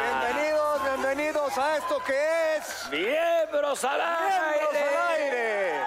Bienvenidos, bienvenidos a esto que es ¡Miembros al Miembros aire! al aire.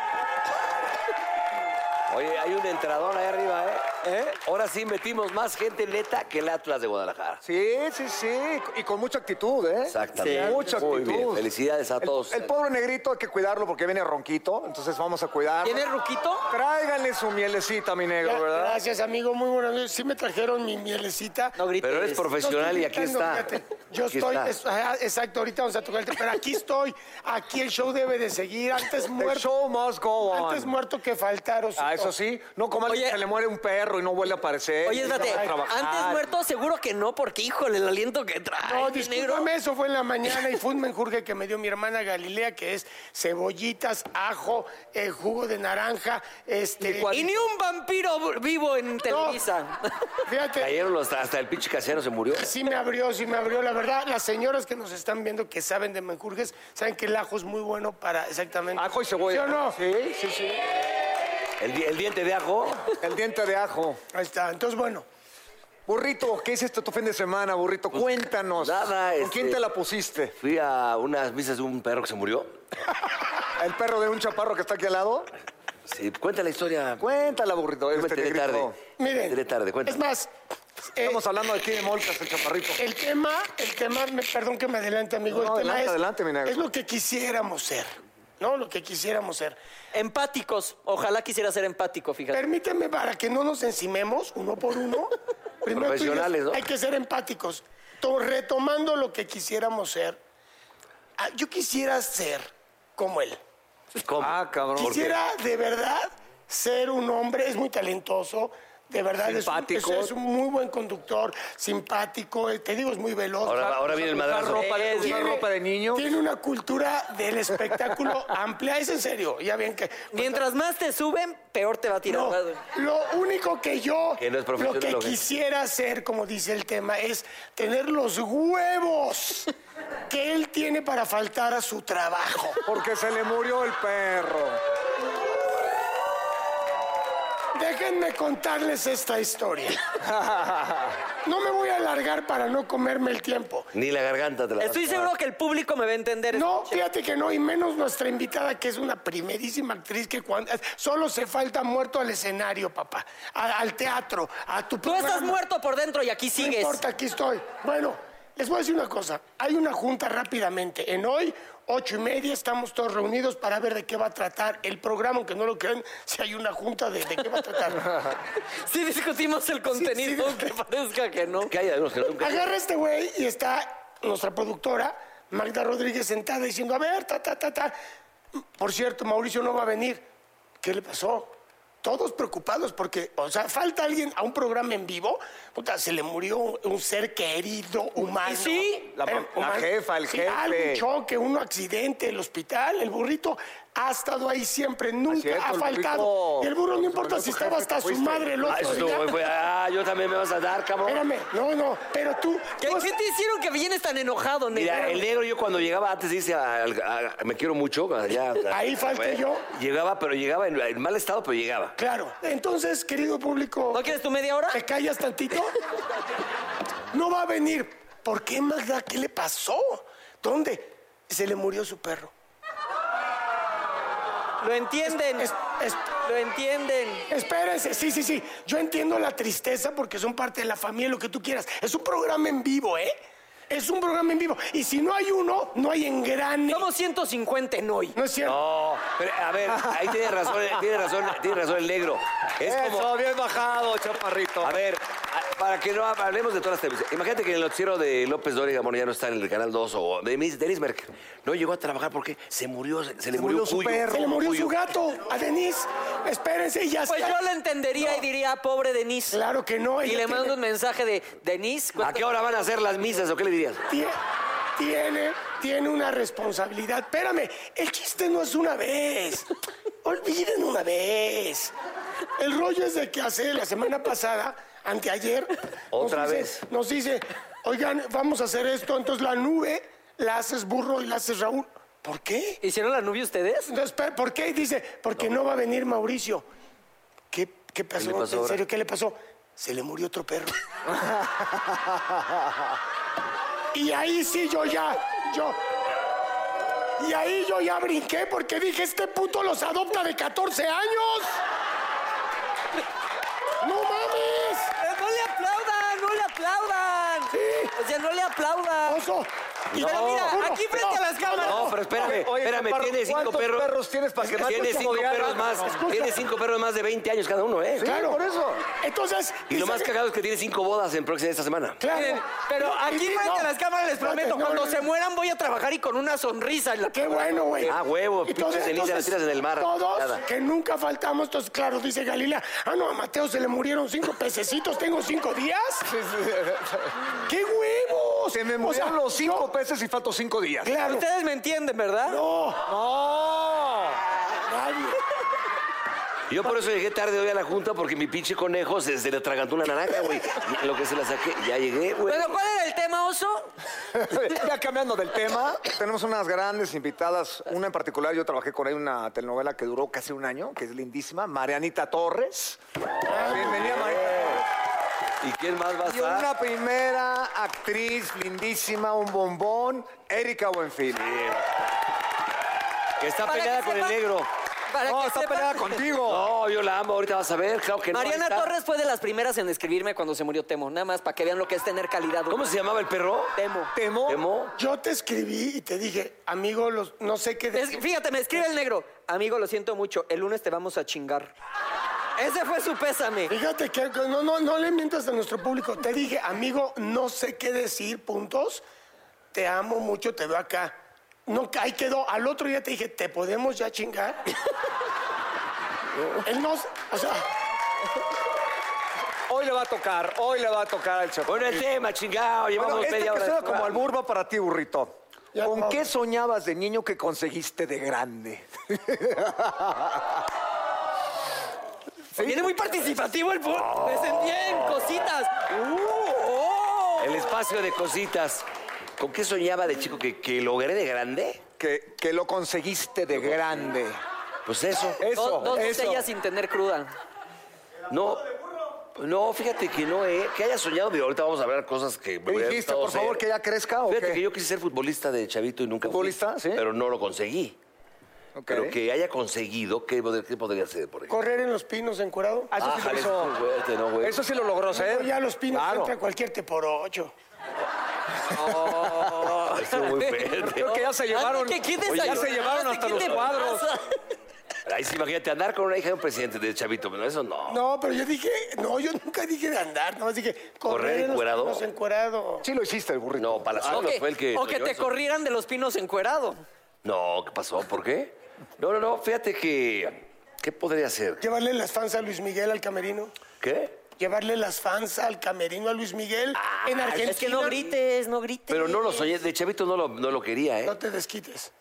Oye, hay un entrador ahí arriba, ¿eh? ¿Eh? Ahora sí metimos más gente neta que el Atlas de Guadalajara. Sí, sí, sí, y con mucha actitud, ¿eh? Exactamente. Con mucha Muy actitud. bien. Felicidades a El- todos. El, pobre negrito hay que cuidarlo porque viene ronquito, entonces vamos a cuidar. ¿Tiene ruquito? Tráiganle su mielecita, mi negro, ¿verdad? Gracias, amigo. Muy buenos días. Sí me trajeron mi mielecita. No grites. Pero eres profesional y aquí Gritando, está. fíjate. Yo Aquí estoy, está. es- ajá, exacto, ahorita vamos a tocar el tema, pero aquí estoy, aquí el show debe de seguir, antes El muerto, show must go on. antes muerto que faltar, Osito. Ah, eso sí, no como alguien Oye. que le muere un perro y no vuelve a aparecer. Oye, y no espérate, va a trabajar. antes muerto seguro que no, porque híjole, el aliento que trae. No, negro. discúlpame, eso fue en la mañana y fue un menjurje que me dio mi hermana Galilea, que es cebollitas, ajo, eh, jugo de naranja, este... Y ni un vampiro vivo en Televisa. Fíjate, Cayeron los- hasta el pinche casero se murió. Sí me abrió, sí me abrió. La verdad, las señoras que nos están viendo que saben de menjurjes, saben que el ajo es muy bueno para exactamente. Ajo y cebolla. ¿Sí o no? Sí, sí, sí. El, di- el diente de ajo. El diente de ajo. Ahí está. Entonces, bueno, Burrito, ¿qué hiciste tu fin de semana, burrito? Cuéntanos. Pues, nada, ¿Con este- quién te la pusiste? Fui a unas misas de un perro que se murió. ¿El perro de un chaparro que está aquí al lado? Sí, cuenta la historia. Cuéntala, burrito. Yo me Este enteré negrito. tarde. Me miren. enteré tarde, cuéntame. Es más, eh, Estamos hablando aquí de molcas, el chaparrito. el tema, el tema, me- perdón que me adelante, No, amigo. el tema adelante, es, adelante, mi negro. es lo que quisiéramos ser. No, lo que quisiéramos ser. Empáticos. Ojalá quisiera ser empático, fíjate. Permíteme para que no nos encimemos uno por uno. Primero tú y yo, Profesionales, ¿no? Hay que ser empáticos. To- Retomando lo que quisiéramos ser, ah, yo quisiera ser como él. ¿Cómo? Ah, cabrón. ¿Por qué? Quisiera de verdad ser un hombre, es muy talentoso, de verdad es un- Simpático. Es, es un muy buen conductor, simpático, eh, te digo, es muy veloz. Ahora, ahora viene el Usar madrazo. ropa de, usar ropa de niño. Tiene una cultura del espectáculo amplia, es en serio, ya ven que... Mientras más te suben, peor te va a tirar. No, lo único que yo, Que no es lo profesional, que ¿o qué? quisiera hacer, como dice el tema, es tener los huevos que él tiene para faltar a su trabajo. Porque se le murió el perro. Déjenme contarles esta historia. No me voy a alargar para no comerme el tiempo. Ni la garganta te la Estoy seguro que el público me va a entender. No, fíjate que no, y menos nuestra invitada, que es una primerísima actriz que cuando, solo se falta muerto al escenario, papá, a- al teatro, a tu Tú estás programa. muerto por dentro y aquí No sigues. importa, aquí estoy. Bueno, les voy a decir una cosa. Hay una junta rápidamente. En hoy, ocho y media, estamos todos reunidos para ver de qué va a tratar el programa, aunque no lo crean, si hay una junta de, de qué va a tratar. Sí discutimos el contenido, sí, aunque parezca que no. Que hay algunos que nunca... Agarra este güey y está nuestra productora, Magda Rodríguez, sentada diciendo, a ver, ta, ta, ta, ta. Por cierto, Mauricio no va a venir. ¿Qué le pasó? Todos preocupados porque, o sea, falta alguien a un programa en vivo. Puta, se le murió un, un ser querido, humano. ¿Y sí? La- Pero, la jefa, el jefe. algo, un choque, un accidente, el hospital, el burrito. ha estado ahí siempre, nunca Ah, cierto, ha el faltado. burro- Y el burro no se importa volvió si tu estaba jefe, hasta te su fuiste. madre el Ah, otro eso día. estuvo muy fue- Ah, yo también me vas a dar, cabrón. Espérame, no, no, pero tú... ¿Qué, tú has- qué te hicieron que vienes tan enojado, negro? Mira, el negro yo cuando llegaba antes dice, "Ah, al- a- a- me quiero mucho, ya. Ahí falté yo. Llegaba, pero llegaba en, en mal estado, pero llegaba. Claro. Entonces, querido público, ¿No quieres tu media hora? ¿te callas tantito? No va a venir. ¿Por qué, Magda? ¿Qué le pasó? ¿Dónde? Se le murió su perro. Lo entienden. Es- es- Lo entienden. Espérense, sí, sí, sí. Yo entiendo la tristeza porque son parte de la familia, lo que tú quieras. Es un programa en vivo, ¿eh? Es un programa en vivo. Y si no hay uno, no hay engrane. Somos 150 en hoy. No es cierto. No, pero a ver, ahí tiene razón, tiene razón, tiene razón el negro. Es como, bien bajado, chaparrito. a ver, a- para que no hablemos de todas las televisiones. Imagínate que el noticiero de López Dóriga, bueno, ya no está en el Canal 2 o de Miss- Denise Merck. No llegó a trabajar porque se murió, se, se le murió, murió su Cuyo. perro. Se le murió Cuyo. su gato a Denise. Espérense y ya Pues está. yo la entendería y diría, pobre Denise. Claro que no. Y ella le tiene- mando un mensaje de, Denise, ¿A ¿cuánto- qué hora van a hacer las misas o qué le dirías? Tie- Tiene, tiene una responsabilidad. Espérame, el chiste no es una vez. Olviden una vez. El rollo es de que hace la semana pasada, anteayer, Otra nos dice- vez. nos dice, oigan, vamos a hacer esto. Entonces la nube la haces burro y la haces Raúl. ¿Por qué? ¿Hicieron la nube ustedes? Entonces, pe- ¿por qué? Y Dice, porque no. va a venir Mauricio. ¿Qué, qué pasó? le pasó ¿En ahora? serio qué le pasó? Se le murió otro perro. y ahí sí yo ya, yo. Y ahí yo ya brinqué porque dije, este puto los adopta de 14 años. ¡No mames! Eh, No le aplaudan, no le aplaudan. Sí. O sea, no le aplaudan. Oso. Y Pero mira, aquí frente a las cámaras. No, pero espérame, Oye, oye, espérame, Chaparro, tiene cinco ¿cuántos perros. perros tienes para que mates Tiene como cinco diablo? perros más. Escucha. Tiene cinco perros más de 20 años cada uno, ¿eh? Claro. por eso. Entonces. Y lo dice- más cagado es que tiene cinco bodas en próxima esta semana. Claro. Miren, Eh, pero No, y aquí di- frente no, a las cámaras les espérate, prometo, no, cuando no, se no. mueran voy a trabajar y con una sonrisa en la Qué bueno, güey. Ah, huevo, pinches cenizas las tiras en el mar. Todos Nada. que nunca faltamos, entonces, claro, dice Galilea. Ah, no, a Mateo se le murieron cinco pececitos, tengo cinco días. ¡Qué huevos! Se me O murieron sea, los cinco yo- peces y faltó cinco días. Claro. Ustedes me entienden, ¿verdad? No, ¡No! nadie. Yo por eso llegué tarde hoy a la junta porque mi pinche conejo se, se le atragantó una naranja, güey. Y Lo que se la saqué, ya llegué, güey. Pero ¿cuál era el tema, oso? Ya cambiando del tema, tenemos unas grandes invitadas. Una en particular, yo trabajé con ella en una telenovela que duró casi un año, que es lindísima, Marianita Torres. Bienvenida, Marianita Torres. ¿Y quién más va a Y estar? una primera actriz lindísima, un bombón, Erika Buenfil. Que está Para peleada que con sepa- el negro. Para No, que está sepan- peleada contigo. No, yo la amo, ahorita vas a ver, claro que no. Mariana ahí está. Torres fue de las primeras en escribirme cuando se murió Temo, nada más para que vean lo que es tener calidad. ¿Cómo se llamaba el perro? Temo. Temo. Temo. Yo te escribí y te dije, amigo, los, no sé qué. Es- decir. fíjate, me escribe el negro. Amigo, lo siento mucho, el lunes te vamos a chingar. Ese fue su pésame. Fíjate que que no, no, no le mientas a nuestro público. Te dije, amigo, no sé qué decir, puntos. Te amo mucho, te veo acá. No, ahí quedó. Al otro día te dije, ¿te podemos ya chingar? Él no, o sea, Hoy le va a tocar, hoy le va a tocar al chaparro. Bueno, el Este tema, chingado, llevamos Eh, Bueno, este media que hora. suena como al burro para ti, burrito. Ya, ¿Con no. qué soñabas de niño que conseguiste de grande? Viene muy participativo el pu- Me sentí en cositas. Este- El espacio de cositas. ¿Con qué soñaba de chico que, que logré de grande? Que, que lo conseguiste de grande. Pues eso. Eso, dos dos eso. botellas sin tener cruda. No. No, fíjate que no, ¿eh? Que haya soñado, digo, ahorita vamos a hablar cosas que... me ¿Qué hubiera dijiste, gustado por favor, ser. que ya crezca o Fíjate qué? que yo quise ser futbolista de chavito y nunca fui. ¿Futbolista? Sí. Pero no lo conseguí. Ok. Pero que haya conseguido, ¿qué, pod- qué podría ser, por ejemplo? correr en los pinos encurado. Ah, eso, sí lo Ájale, hizo. tú, güey, este no, güey. Eso sí lo logró Pero ser. ya los pinos Claro. entra cualquier te por ocho. Estuvo muy fuerte. Creo que ya se llevaron. Antes que quites Oye, ya ayuda, se llevaron antes hasta que los te cuadros. pasa. Ahí sí, imagínate, andar con una hija de un presidente de chavito, pero eso no. No, pero yo dije, no, yo nunca dije de andar, nomás dije correr, ¿Correr en los encuerado? pinos encuerado. Sí lo hiciste, el burrito. No, O Palazuelos que- fue el que... o que soñó te eso. corrieran de los pinos encuerado. No, ¿qué pasó? ¿Por qué? No, no, no, fíjate que... ¿Qué podría ser? Llevarle las fans a Luis Miguel al camerino. ¿Qué? Ah, Llevarle las fans al camerino a Luis Miguel en Argentina. Es que no grites, no grites. Pero no lo soñé, de chavito no lo, no lo quería, ¿eh? No te desquites.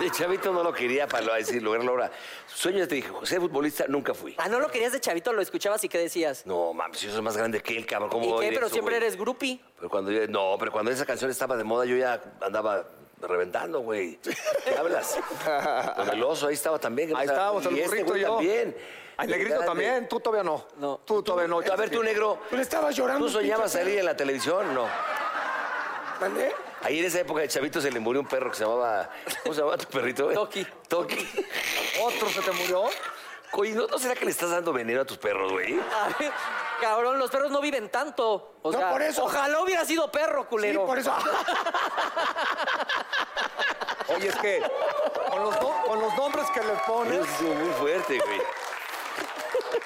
El chavito no lo quería para decir, lograr la obra. Sueños te dije, ser futbolista nunca fui. Ah, no lo querías de chavito, lo escuchabas y qué decías. No, mames, yo soy más grande que él, cabrón. ¿Cómo ¿Y voy a qué? ir Pero eso, siempre güey? eres groupie. Pero cuando yo- no, pero cuando esa canción estaba de moda, yo ya andaba reventando, güey. ¿Qué hablas? Con el oso, ahí estaba también. que Ahí no estábamos, el y este burrito güey y yo. también. Al negrito Grande. también, tú todavía no. No. Tú todavía no. A ver, tú, negro, Tú Pues le estabas llorando. ¿tú soñabas pinche salir en la televisión? No. perro. ¿Mandé? Ahí en esa época de chavito se le murió un perro que se llamaba... ¿Cómo se llamaba tu perrito? güey? Toki. Toki. ¿Otro se te murió? Oye, ¿no, no será que le estás dando veneno a tus perros, güey? A ver, Cabrón, los perros no viven tanto. O No, sea, por eso. Ojalá hubiera sido perro, Sí, culero. por eso. Oye, es que con los, no- con los nombres que les Eso pones, estuvo muy fuerte, güey.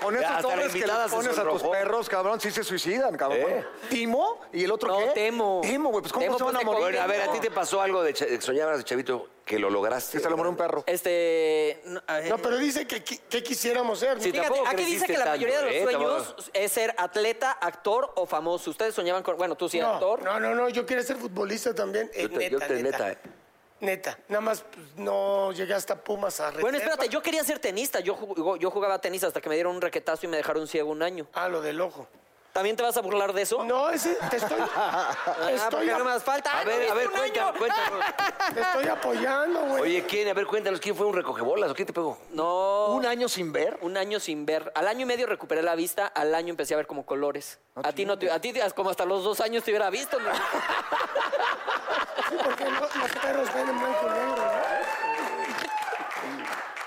con hasta esos la nombres que invitada les se pones a tus sonrojó. perros, cabrón, sí se suicidan, cabrón. ¿Eh? ¿Timo? ¿Y el otro No, qué? Temo. Temo, güey, pues ¿cómo Temo, se van pues, a te morir? Bueno, a ver, ¿a ti te pasó algo de cha- que soñabas de chavito que lo lograste? Que se le murió un perro. Este. no, a ver. No, pero dice que, qui- que quisiéramos ser. Sí, Fíjate, tampoco aquí dice creciste que la mayoría de los tanto, ¿eh? sueños es ser atleta, actor o famoso. Ustedes soñaban con. Bueno, tú sí, no, actor. no, no, no, yo quería ser futbolista también. eh, Yo te- neta, yo te- neta. neta, eh. Neta. Nada más pues, no llegué hasta Pumas a reserva. Bueno, espérate, yo quería ser tenista. Yo, jug- yo jugaba tenis hasta que me dieron un raquetazo y me dejaron ciego un año. Ah, lo del ojo. ¿También te vas a burlar de eso? No, ese, te estoy, Ah, te estoy, porque a- no más falta. A ¡Ay, no ver, a viste ver, un cuéntanos, año! cuéntanos. te estoy apoyando, güey. Oye, ¿quién? A ver, cuéntanos, ¿quién fue un recogebolas o quién te pegó? No. ¿Un año sin ver? Un año sin ver. Al año y medio recuperé la vista, al año empecé a ver como colores. a ti no te, a ti como hasta los dos años te hubiera visto. ¿no? Sí, porque lo- los perros ven en blanco y negro, ¿no?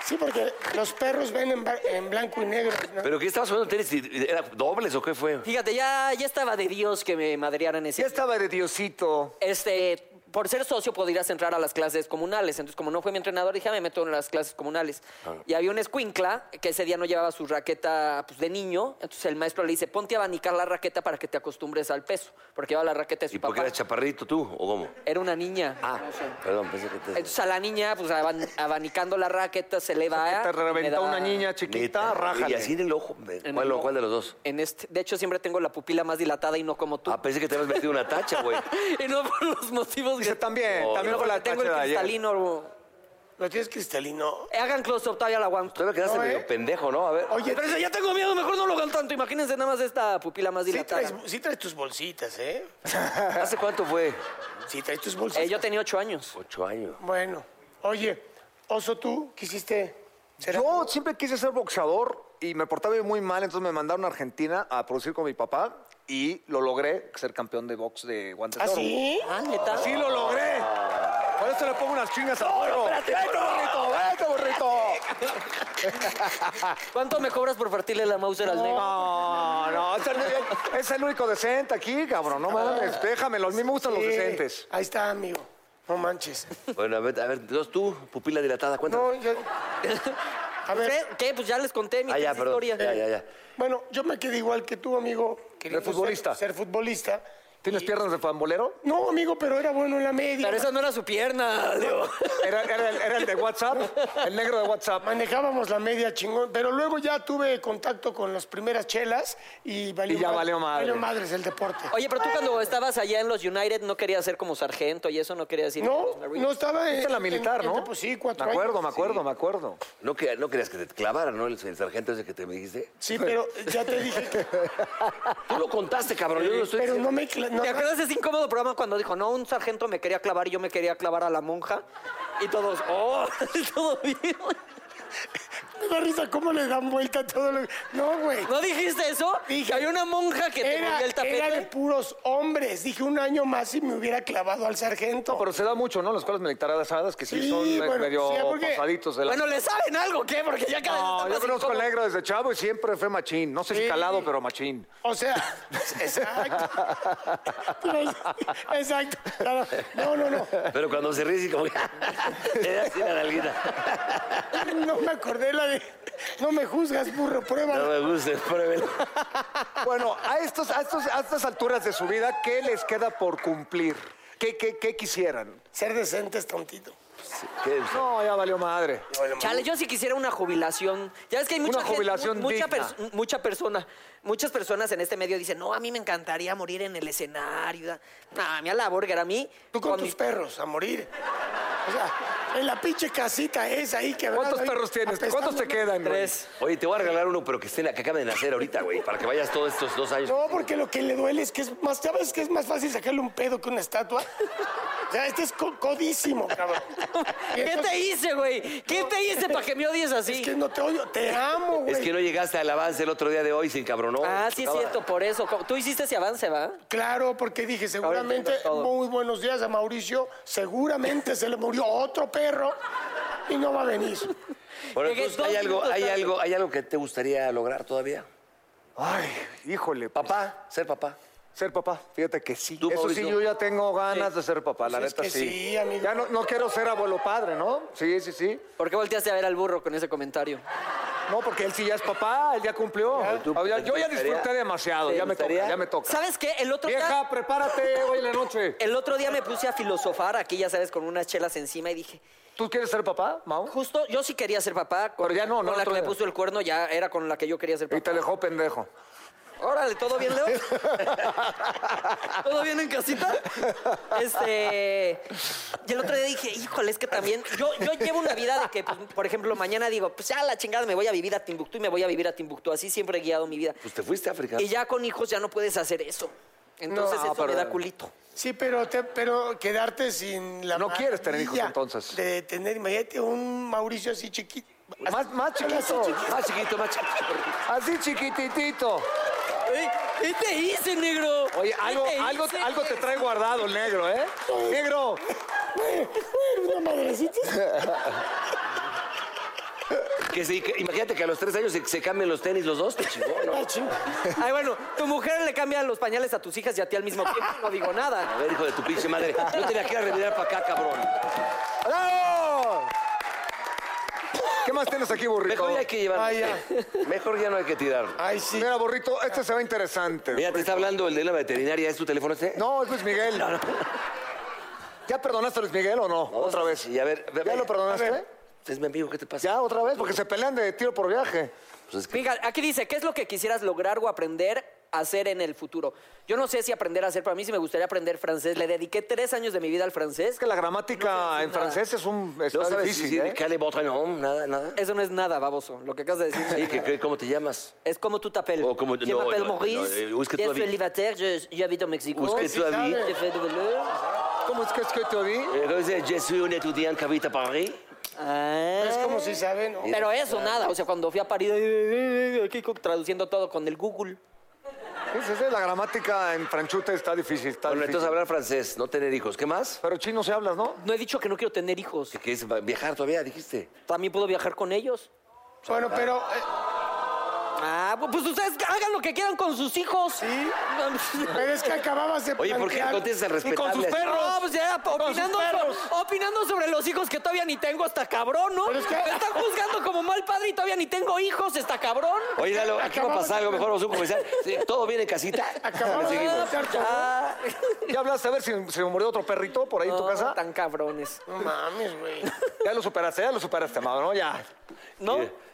Sí, porque los perros ven en, ba- en blanco y negro, ¿no? ¿Pero qué estabas jugando tenis? ¿Y- y ¿Era dobles o qué fue? Fíjate, ya, ya estaba de Dios que me madrearan ese. Ya estaba de Diosito. Este, por ser socio podrías entrar a las clases comunales. Entonces, como no fue mi entrenador, dije, "Ah, me meto en las clases comunales. Ah. Y había un escuincla que ese día no llevaba su raqueta pues, de niño. Entonces el maestro le dice, ponte a abanicar la raqueta para que te acostumbres al peso. Porque llevaba la raqueta de su ¿Y por qué papá. eras chaparrito tú o cómo? Era una niña. Ah, perdón, pensé que te... Entonces a la niña, pues aban- abanicando la raqueta, se le va. Te y me reventó da- una niña chiquita, Neta, rájale. Y así en el ojo. me- en ¿Cuál, el ojo. cuál de los dos? En este, de hecho, siempre tengo la pupila más dilatada y no como tú. Ah, pensé que te habías metido una tacha, güey. y no por los motivos Dice, que... también, Y también no fue la porque tengo el tacha de ayer. cristalino. bro. ¿Lo tienes cristalino? Eh, Hagan close-up, todavía la aguanto. Todavía quedaste No, ¿eh? medio pendejo, ¿no? A ver. Oye, Pero dice, ya tengo miedo, mejor no lo hagan tanto. Imagínense nada más esta pupila más sí dilatada. traes, sí traes tus bolsitas, ¿eh? ¿Hace cuánto fue? Sí traes tus bolsitas. Eh, yo tenía ocho años. Ocho años. Bueno, oye, Oso, ¿tú quisiste ser Yo siempre quise ser boxeador y me portaba yo muy mal, entonces me mandaron a Argentina a producir con mi papá y lo logré ser campeón de box de guantes de oro. así? Ah, neta. ¡Sí lo logré! Por eso le pongo unas chingas al burro. espérate, ¡Vete, burrito! ¡Vete, burrito! ¿Cuánto me cobras por partirle la Mauser al negro? No, no, es el, es el único decente aquí, cabrón. Ah. No mames, déjamelo. A mí me gustan los decentes. Ahí está, amigo. No manches. Bueno, a ver, a ver, entonces tú, pupila dilatada, cuéntanos. No, yo... A ver, ¿Qué? ¿Qué? Pues ya les conté mi ah, ya, triste perdón. historia. Ya, ya, ya. bueno, yo me quedé igual que tú, amigo. queriendo ser- futbolista. Ser, futbolista. ¿Tienes piernas de fambolero? No, amigo, pero era bueno en la media. Pero esa no era su pierna, Leo. Era, era el, era el de WhatsApp, el negro de WhatsApp. Manejábamos la media chingón, pero luego ya tuve contacto con las primeras chelas y valió Y ya ma- valió madre. Valió madres el deporte. Oye, pero tú cuando estabas allá en los United no querías ser como sargento y eso no querías decir. no, no estaba en Es la militar, ¿no? Pues sí, cuatro Me acuerdo, años. me acuerdo, me acuerdo. No, que, no querías que te clavara, ¿no? El, el sargento ese que te me dijiste. Sí, pero ya te dije que... Tú lo contaste, cabrón. Yo no estoy Eh, Pero no me... cla- no- ¿Te acuerdas de ese incómodo programa cuando dijo, no, un sargento me quería clavar y yo me quería clavar a la monja? Y todos, oh, todo bien. Me da risa cómo le dan vuelta a todo lo... No, güey. ¿No dijiste eso? Dije- que había una monja que te Era, movió el tapete. era de puros hombres. Dije un año más y me hubiera clavado al sargento. Pero se da mucho, ¿no? Las escuelas militarizadas que sí, Sí, son eh, bueno, medio sí, porque- pasaditos de la... Bueno, ¿le saben algo qué? Porque ya cada No, yo vez está más conozco al incómodo. negro desde chavo y siempre fue machín. No sé si Sí. calado, pero machín. O sea, pues, exacto. exacto. Claro. No, no, no. Pero cuando se ríe, sí como que. Le da así la nalguita. No me acordé la de. No me juzgas, burro, No pruébalo. me gusta, pruébelo. Bueno, a, estos, a, estos, a estas alturas de su vida, ¿qué les queda por cumplir? ¿Qué, qué, qué quisieran? Ser decente es tontito. ¿Qué? No, ya valió madre. Chale, yo sí quisiera una jubilación. Ya es que hay mucha Una gente, jubilación mu- mucha, digna. pers- mucha persona, muchas personas en este medio dicen, no, a mí me encantaría morir en el escenario. No, a mí a la burger, a mí. Tú con con tus mi- perros, a morir. O sea, en la pinche casita es ahí que ¿Cuántos perros tienes? ¿Cuántos te quedan, güey? Tres. Oye, te voy a regalar uno, pero que estén, que acaben de nacer ahorita, güey, para que vayas todos estos dos años. No, porque lo que le duele es que es más, ¿ya ves que es más fácil sacarle un pedo que una estatua? O sea, este es co- codísimo, cabrón. Y ¿Qué entonces- te hice, güey? ¿Qué te hice para que me odies Es así? que no te odio, te amo, güey. Es que no llegaste al avance el otro día de hoy sin cabronó. Ah, sí es cierto, por eso. Co- Tú hiciste ese avance, ¿va? Claro, porque dije, Ahora entiendo seguramente, todo. muy buenos días a Mauricio, seguramente se le murió otro perro y no va a venir. Bueno, Llegué entonces, dos ¿hay algo, minutos hay, tarde. algo, ¿hay algo que te gustaría lograr todavía? Ay, híjole. pues, Papá, ser papá. Ser papá, fíjate que sí. ¿Tú, Eso sí, Mauricio? yo ya tengo ganas de ser papá, la Pues es neta que sí. sí, amigo. Ya no, no quiero ser abuelo padre, ¿no? Sí, sí, sí. ¿Por qué volteaste a ver al burro con ese comentario? No, porque él sí ya es papá, él ya cumplió. Ah, ya- yo ya disfruté demasiado, ya me toca, ya me toca. ¿Sabes qué? El otro día... Vieja, prepárate hoy en la noche. El otro día me puse a filosofar aquí, ya sabes, con unas chelas encima y dije, ¿Tú quieres ser papá, Mau? justo yo sí quería ser papá, con, Pero ya no, no, con la que otro me día. puso el cuerno ya era con la que yo quería ser Y papá. te dejó pendejo. Órale, ¿todo bien, Leo? ¿Todo bien en casita? Este. Y el otro día dije, híjole, es que también. Yo, yo llevo una vida de que, pues, por ejemplo, mañana digo, pues ya la chingada me voy a vivir a Timbuktu y me voy a vivir a Timbuktu. Así siempre he guiado mi vida. Pues te fuiste a África. Y ya con hijos ya no puedes hacer eso. Entonces No, eso me pero- da culito. Sí, pero, te- pero quedarte sin la No quieres tener hijos, maravilla entonces. De tener, imagínate, un Mauricio así chiquito. Más, más chiquito. Más chiquito, más chiquito. Así chiquititito. ¿Qué te ¿Eh? Este hice, negro? Este Oye, algo, algo, algo te trae guardado el negro, ¿eh? Negro, Una madrecita. Que sí, que- imagínate que a los tres años se, se cambien los tenis los dos, te chingó, ¿no? la chingada. Ay, bueno, tu mujer le cambia los pañales a tus hijas y a ti al mismo tiempo. No digo nada. A ver, hijo de tu pinche madre, no te la quieras revirar para acá, cabrón. ¡bravo! ¿Qué más tienes aquí, burrito? Mejor ya hay que llevar. Ah, ya. Mejor ya no hay que tirar. Ay, sí. Mira, burrito, este se ve interesante. Mira, te está hablando el de la veterinaria, ¿es tu teléfono este? No, es Luis Miguel. ¿Ya perdonaste a Luis Miguel o no? ¿Otra vez? Y a ver, ve- ¿Ya ve- lo a perdonaste? ver, pues Es mi amigo, ¿qué te pasa? ¿Ya otra vez? Porque se pelean de tiro por viaje. Pues es que- Fíjate, aquí dice, ¿qué es lo que quisieras lograr o aprender a hacer en el futuro? Yo no sé si aprender a hacer, para mí sí me gustaría aprender francés. Le dediqué tres años de mi vida al francés. Es que la gramática en nada. francés es un... Está ¿No sabes difícil, decir ¿eh? Cali Botanón? Nada, nada. Eso no es nada, baboso. Lo que acabas de decir Sí, que, que- ¿cómo te llamas? es como tu t'appelles. O como- Je no, m'appelle no, no, Maurice, no, eh, es que je tú suis habi- célibataire, je- j'habite au Mexico. Es que Je tú habi- fais du vélo. ¿Cómo es que es que te oí? Eh, ¿cómo dice? Je suis un étudiant que habite a París. Ah. Es como si saben, ¿no? Pero eso, nada. O sea, cuando fui a París, eh, eh, eh, aquí co- traduciendo todo con el Google. Sí, sí, sí, la gramática en franchute está difícil, está Bueno, difícil. entonces hablar francés, no tener hijos. ¿Qué más? Pero chino se hablas, ¿no? No he dicho que no quiero tener hijos. Que es viajar todavía, dijiste. También puedo viajar con ellos. Bueno, pero eh, Ah, pues, pues ustedes hagan lo que quieran con sus hijos. Sí. Pero es que acababas de Oye, ¿por qué plantear- no contestas al Y con sus respetable? perros. No, pues ya, opinando, so- opinando sobre los hijos que todavía ni tengo, está cabrón, ¿no? Pero es que- Me están juzgando como mal padre y todavía ni tengo hijos, está cabrón. Oye, Lalo, aquí va a pasar algo mejor, vamos a un comercial. Sí, Todo viene en casita. Acabamos de Seguimos. plantear todo. Ah, ¿Ya hablaste a ver si se murió otro perrito por ahí en tu Oh, no, casa? Tan cabrones. No mames, güey. Ya lo superaste, ya lo superaste, Mau, ¿no? Ya. ¿No?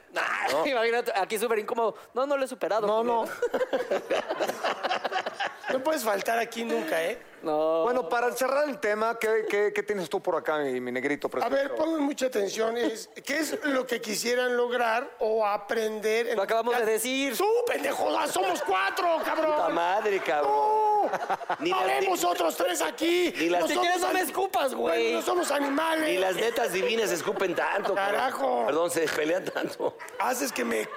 Nah, Imagínate, aquí súper incómodo. No, no lo he superado. No, no. No puedes faltar aquí nunca, ¿eh? No. Bueno, para cerrar el tema, ¿qué, qué- qué tienes tú por acá, mi, mi negrito? A precioso? ver, pongan mucha atención. Es, ¿Qué es lo que quisieran lograr o aprender? en- Lo acabamos de decir. ¡Tú, pendejo! ¡Somos cuatro, Puta cabrón! madre, cabrón. ¡No! Ni ¡No las- haremos otros tres aquí! Ni las- No Si somos quieres, no me ani- escupas, güey. Bueno, no somos animales. Y las netas divinas escupen tanto. cabrón. Carajo. Perdón, se pelean tanto. Haces que me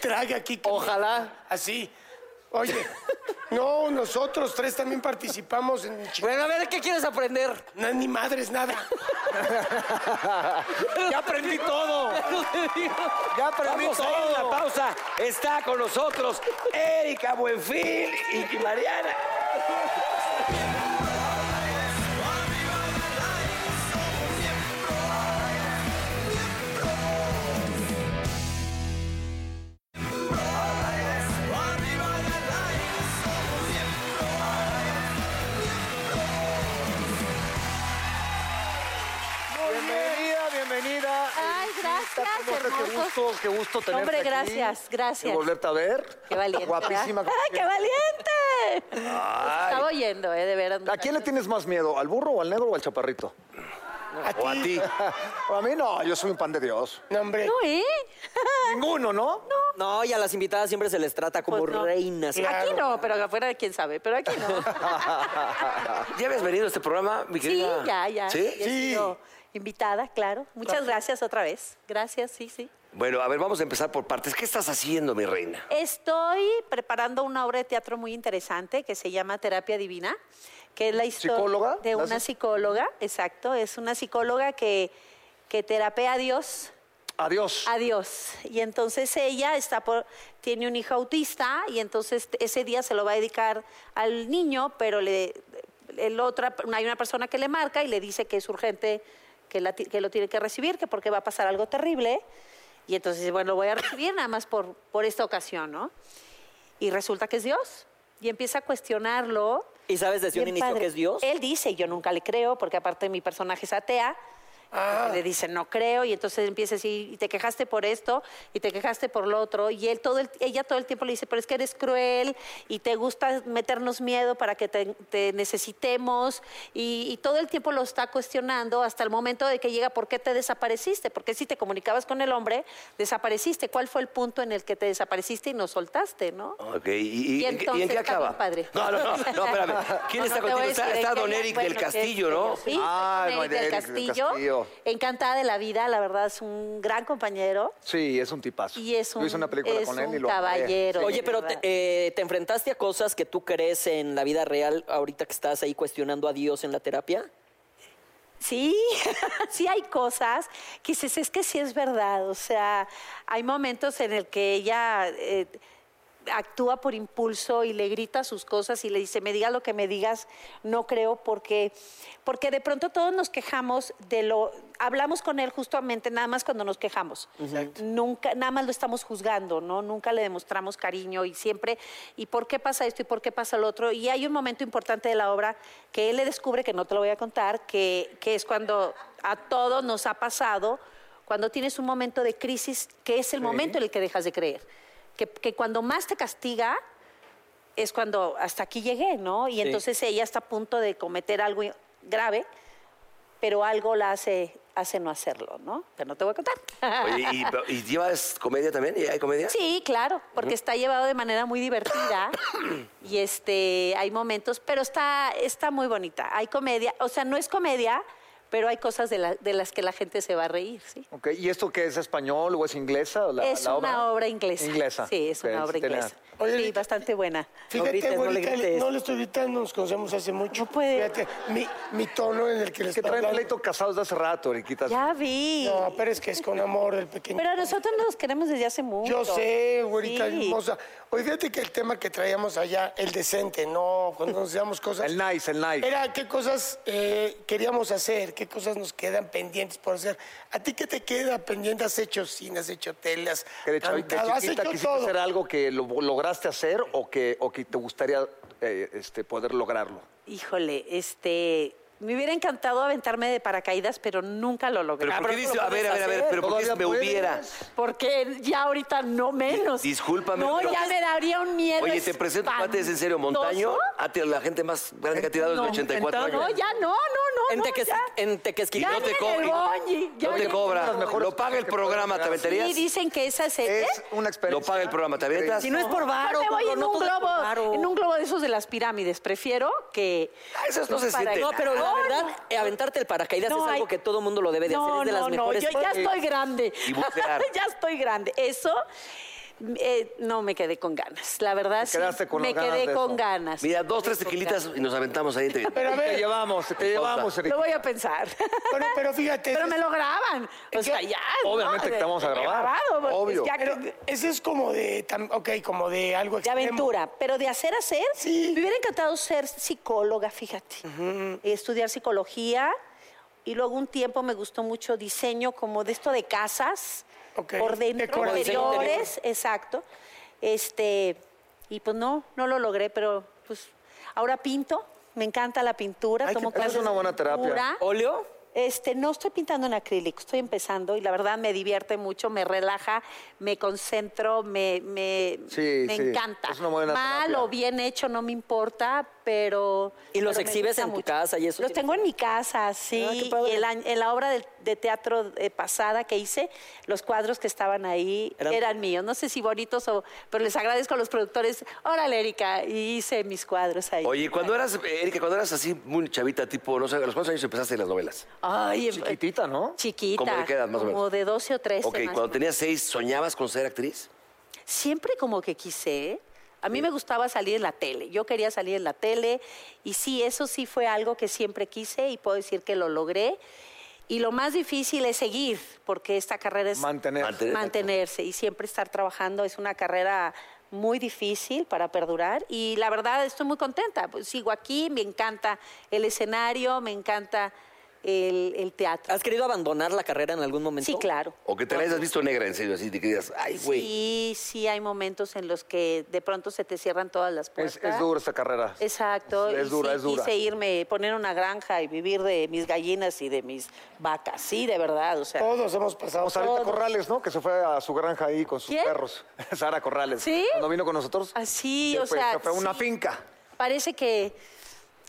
trague aquí. que me- Ojalá. Así. Oye, no, nosotros tres también participamos en... chi- Bueno, a ver, ¿qué quieres aprender? No, ni madres, nada. Ya aprendí todo. Ya aprendí Vamos a ir a la todo. pausa. Está con nosotros Erika Buenfil y Mariana. Bienvenida, bienvenida. Ay, Elisita, gracias, ¿cómo estás? Qué hermosos. gusto, qué gusto tenerte Hombre, aquí. gracias, gracias. Y volverte a ver. Qué valiente. ¿verdad? Guapísima. ¡Ah, qué valiente! Estaba oyendo, ¿eh? De veras. ¿A quién le tienes más miedo? ¿Al burro o al negro o al chaparrito? A O a ti. A mí no, yo soy un pan de Dios. No, hombre. No, ¿eh? Ninguno, ¿no? No, y a las invitadas siempre se les trata como Pues no. reinas. Claro. Aquí no, pero afuera de quién sabe, pero aquí no. ¿Ya habías venido a este programa, mi Sí, querida? ya, ya. ¿Sí? ya he sido Invitada, claro. Muchas gracias otra vez. Gracias, sí, sí. Bueno, a ver, vamos a empezar por partes. ¿Qué estás haciendo, mi reina? Estoy preparando una obra de teatro muy interesante que se llama Terapia Divina, que es la historia ¿Psicóloga? de una ¿Haces? psicóloga, exacto, es una psicóloga que, que terapea a Dios, Adiós. a Dios. Y entonces ella está por, tiene un hijo autista y entonces ese día se lo va a dedicar al niño, pero le, el otra, hay una persona que le marca y le dice que es urgente, que, la ti- que lo tiene que recibir, que porque va a pasar algo terrible. Y entonces, dice, bueno, lo voy a recibir nada más por, por esta ocasión, ¿no? Y resulta que es Dios. Y empieza a cuestionarlo. ¿Y sabes desde un Bien inicio padre. que es Dios? Él dice, yo nunca le creo, porque aparte mi personaje es atea. Entonces Le dice, no creo, y entonces empieza así, y te quejaste por esto, y te quejaste por lo otro, y él todo el- ella todo el tiempo le dice, pero es que eres cruel, y te gusta meternos miedo para que te, te necesitemos, y, y todo el tiempo lo está cuestionando hasta el momento de que llega, ¿por qué te desapareciste? Porque si te comunicabas con el hombre, desapareciste, ¿cuál fue el punto en el que te desapareciste y nos soltaste, no? Ok, ¿y, y- ¿en qué- y Y en entonces qué está bien acaba? padre. No, no, no, no, espérame. ¿Quién No, está no te contigo? voy a Está, decir, está es que don ella- Eric bueno, del que es Castillo, ¿no? ella, Sí, Ah, don Eric, don del, Eric del Castillo, Castillo. Encantada de la vida, la verdad, es un gran compañero Sí, es un tipazo. y es un, Yo hice una película es con él un y lo amé. caballero. de Oye, pero te, verdad. eh, ¿te enfrentaste a cosas que tú crees en la vida real ahorita que estás ahí cuestionando a Dios en la terapia? Sí, sí hay cosas que dices, es que sí es verdad. O sea, hay momentos en el que ella eh, actúa por impulso y le grita sus cosas y le dice, me digas lo que me digas, no creo, porque, porque de pronto todos nos quejamos de lo... Hablamos con él justamente nada más cuando nos quejamos. Nunca, nada más lo estamos juzgando, ¿no? Nunca le demostramos cariño y siempre, ¿y por qué pasa esto y por qué pasa lo otro? Y hay un momento importante de la obra que él le descubre, que no te lo voy a contar, que, que es cuando a todos nos ha pasado, cuando tienes un momento de crisis, que es el momento en el que dejas de creer. Que, que cuando más te castiga es cuando hasta aquí llegué, ¿no? Y entonces ella está a punto de cometer algo grave, pero algo la hace, hace no hacerlo, ¿no? Pero no te voy a contar. Oye, ¿y, y llevas comedia también? ¿Y hay comedia? Sí, claro, porque está llevado de manera muy divertida y este hay momentos, pero está está muy bonita. Hay comedia, o sea, no es comedia, pero hay cosas de, la- de las que la gente se va a reír, ¿sí. Ok, ¿Y esto qué es español o es inglesa? o la- es la una obra? inglesa. Inglesa. Sí, es Ok, una obra sí tenía- inglesa. Oye, sí, ahorita- bastante buena. No Fíjate, grites, no le güerita, le- no, le grites. estoy gritando, nos conocemos hace mucho. No puede. Fíjate, mi, mi tono en el que les Es que traen pleito casados de hace rato, Eriquitas. Ya vi. No, pero es que es con amor el pequeño. Pero nosotros nos queremos desde hace mucho. Yo sé, güerita Sí. hermosa. Oye, fíjate que el tema que traíamos allá, el decente, no, cuando nos decíamos cosas. El nice, el nice. Era qué cosas eh, queríamos hacer, qué cosas nos quedan pendientes por hacer. ¿A ti qué te queda pendiente? ¿Has hecho cine, has hecho telas? Que de, chav- de cantado, has chiquita hecho quisiste todo. hacer algo que lo lograste hacer o que, o que te gustaría eh, este, poder lograrlo. Híjole, este. Me hubiera encantado aventarme de paracaídas, pero nunca lo logré. ¿Pero por qué dices, a ver, a ver, a ver, pero por qué Todavía me puedes. hubiera? Porque ya ahorita no menos. Di- discúlpame, No, pero- ya me daría un miedo. Oye, te presento a Pate, es en serio, Montaño, a ti- la gente más grande que ha tirado es de 84 No, años. ya no, no, no. en, no, Teques- ya. en Tequesquitán. Ya no te en co- el y- Bonji, ya No te en- cobra, lo paga el programa, ¿te aventarías? Sí, dicen que esa es. ¿eh? Es una experiencia. Lo paga el programa, ¿te avientas? Si no es por varo, Yo me voy Pablo, en no un todo es por globo, varo. en un globo de esos de las pirámides. Prefiero que. Ah, esos no se para- sienten. No, pero la No, verdad, eh, aventarte el paracaídas No, es algo hay- que todo mundo lo debe de hacer. No, Es de no, las no, mejores yo ya cosas. estoy grande. Y bucear. ya estoy grande. Eso eh, no me quedé con ganas. La verdad, sí, quedaste con me las ganas quedé de con eso. ganas. Mira, dos, tres tequilitas y nos aventamos ahí. te- Pero a Te ver, llevamos, te llevamos, Lo Eriquita. voy a pensar. pero, pero fíjate. Pero es- me lo graban. O sea, ya. Obviamente que te vamos a de- de grabar. grabado, porque Obvio. es que- Pero ese es como de, tam- ok, como de algo de extremo. aventura, pero de hacer hacer. Sí. Me hubiera encantado ser psicóloga, fíjate. Estudiar psicología y luego un tiempo me gustó mucho diseño como de esto de casas, Ok. por dentro, Decoración. interiores, exacto. Este, y pues no, no lo logré, pero pues ahora pinto. Me encanta la pintura, Ay, qué tomo padre. Esa es clases una de buena terapia. pintura. ¿Óleo? Este, no estoy pintando en acrílico, estoy empezando y la verdad me divierte mucho, me relaja, me concentro, me, me, Sí, me sí, encanta. es una buena Mal terapia. o bien hecho, no me importa, pero... ¿Y los pero me exhibes gusta en tu casa y eso Los tienes? tengo en mi casa, sí. Ah, qué padre. y el año- en la obra de, de teatro eh, pasada que hice, los cuadros que estaban ahí Eran- eran, míos. No sé si bonitos o... Pero les agradezco a los productores. Órale, Erika, y hice mis cuadros ahí. Oye, cuando eras, eh, Erika, cuando eras así muy chavita, tipo, no sé, ¿a los cuántos años empezaste en las novelas? Ay, em- Chiquitita, ¿no? Chiquita. ¿Cómo de qué edad, más o como menos? de 12 o 13. ok, más o cuando menos. tenías seis, ¿soñabas con ser actriz? Siempre como que quise. A mí me gustaba salir en la tele. Yo quería salir en la tele. Y sí, eso sí fue algo que siempre quise y puedo decir que lo logré. Y lo más difícil es seguir, porque esta carrera es Mantener. Mantener. mantenerse y siempre estar trabajando. Es una carrera muy difícil para perdurar y la verdad estoy muy contenta. Pues, Sigo aquí, me encanta el escenario, me encanta el, el teatro. ¿Has querido abandonar la carrera en algún momento? Sí, claro. ¿O que te la hayas visto negra, en serio, así, de que digas, ay, güey? Sí, sí hay momentos en los que de pronto se te cierran todas las Es, puertas. es dura esta carrera. Exacto. Es, y dura, sí es dura. Quise irme, poner una granja y vivir de mis gallinas y de mis vacas. Sí, de verdad, o sea. Todos hemos pasado. O Sarita Corrales, ¿no? Que se fue a su granja ahí con sus ¿Quién? perros. Sara Corrales. ¿Sí? Cuando vino con nosotros. Así, se o fue- sea, se fue a una sí. finca. Parece que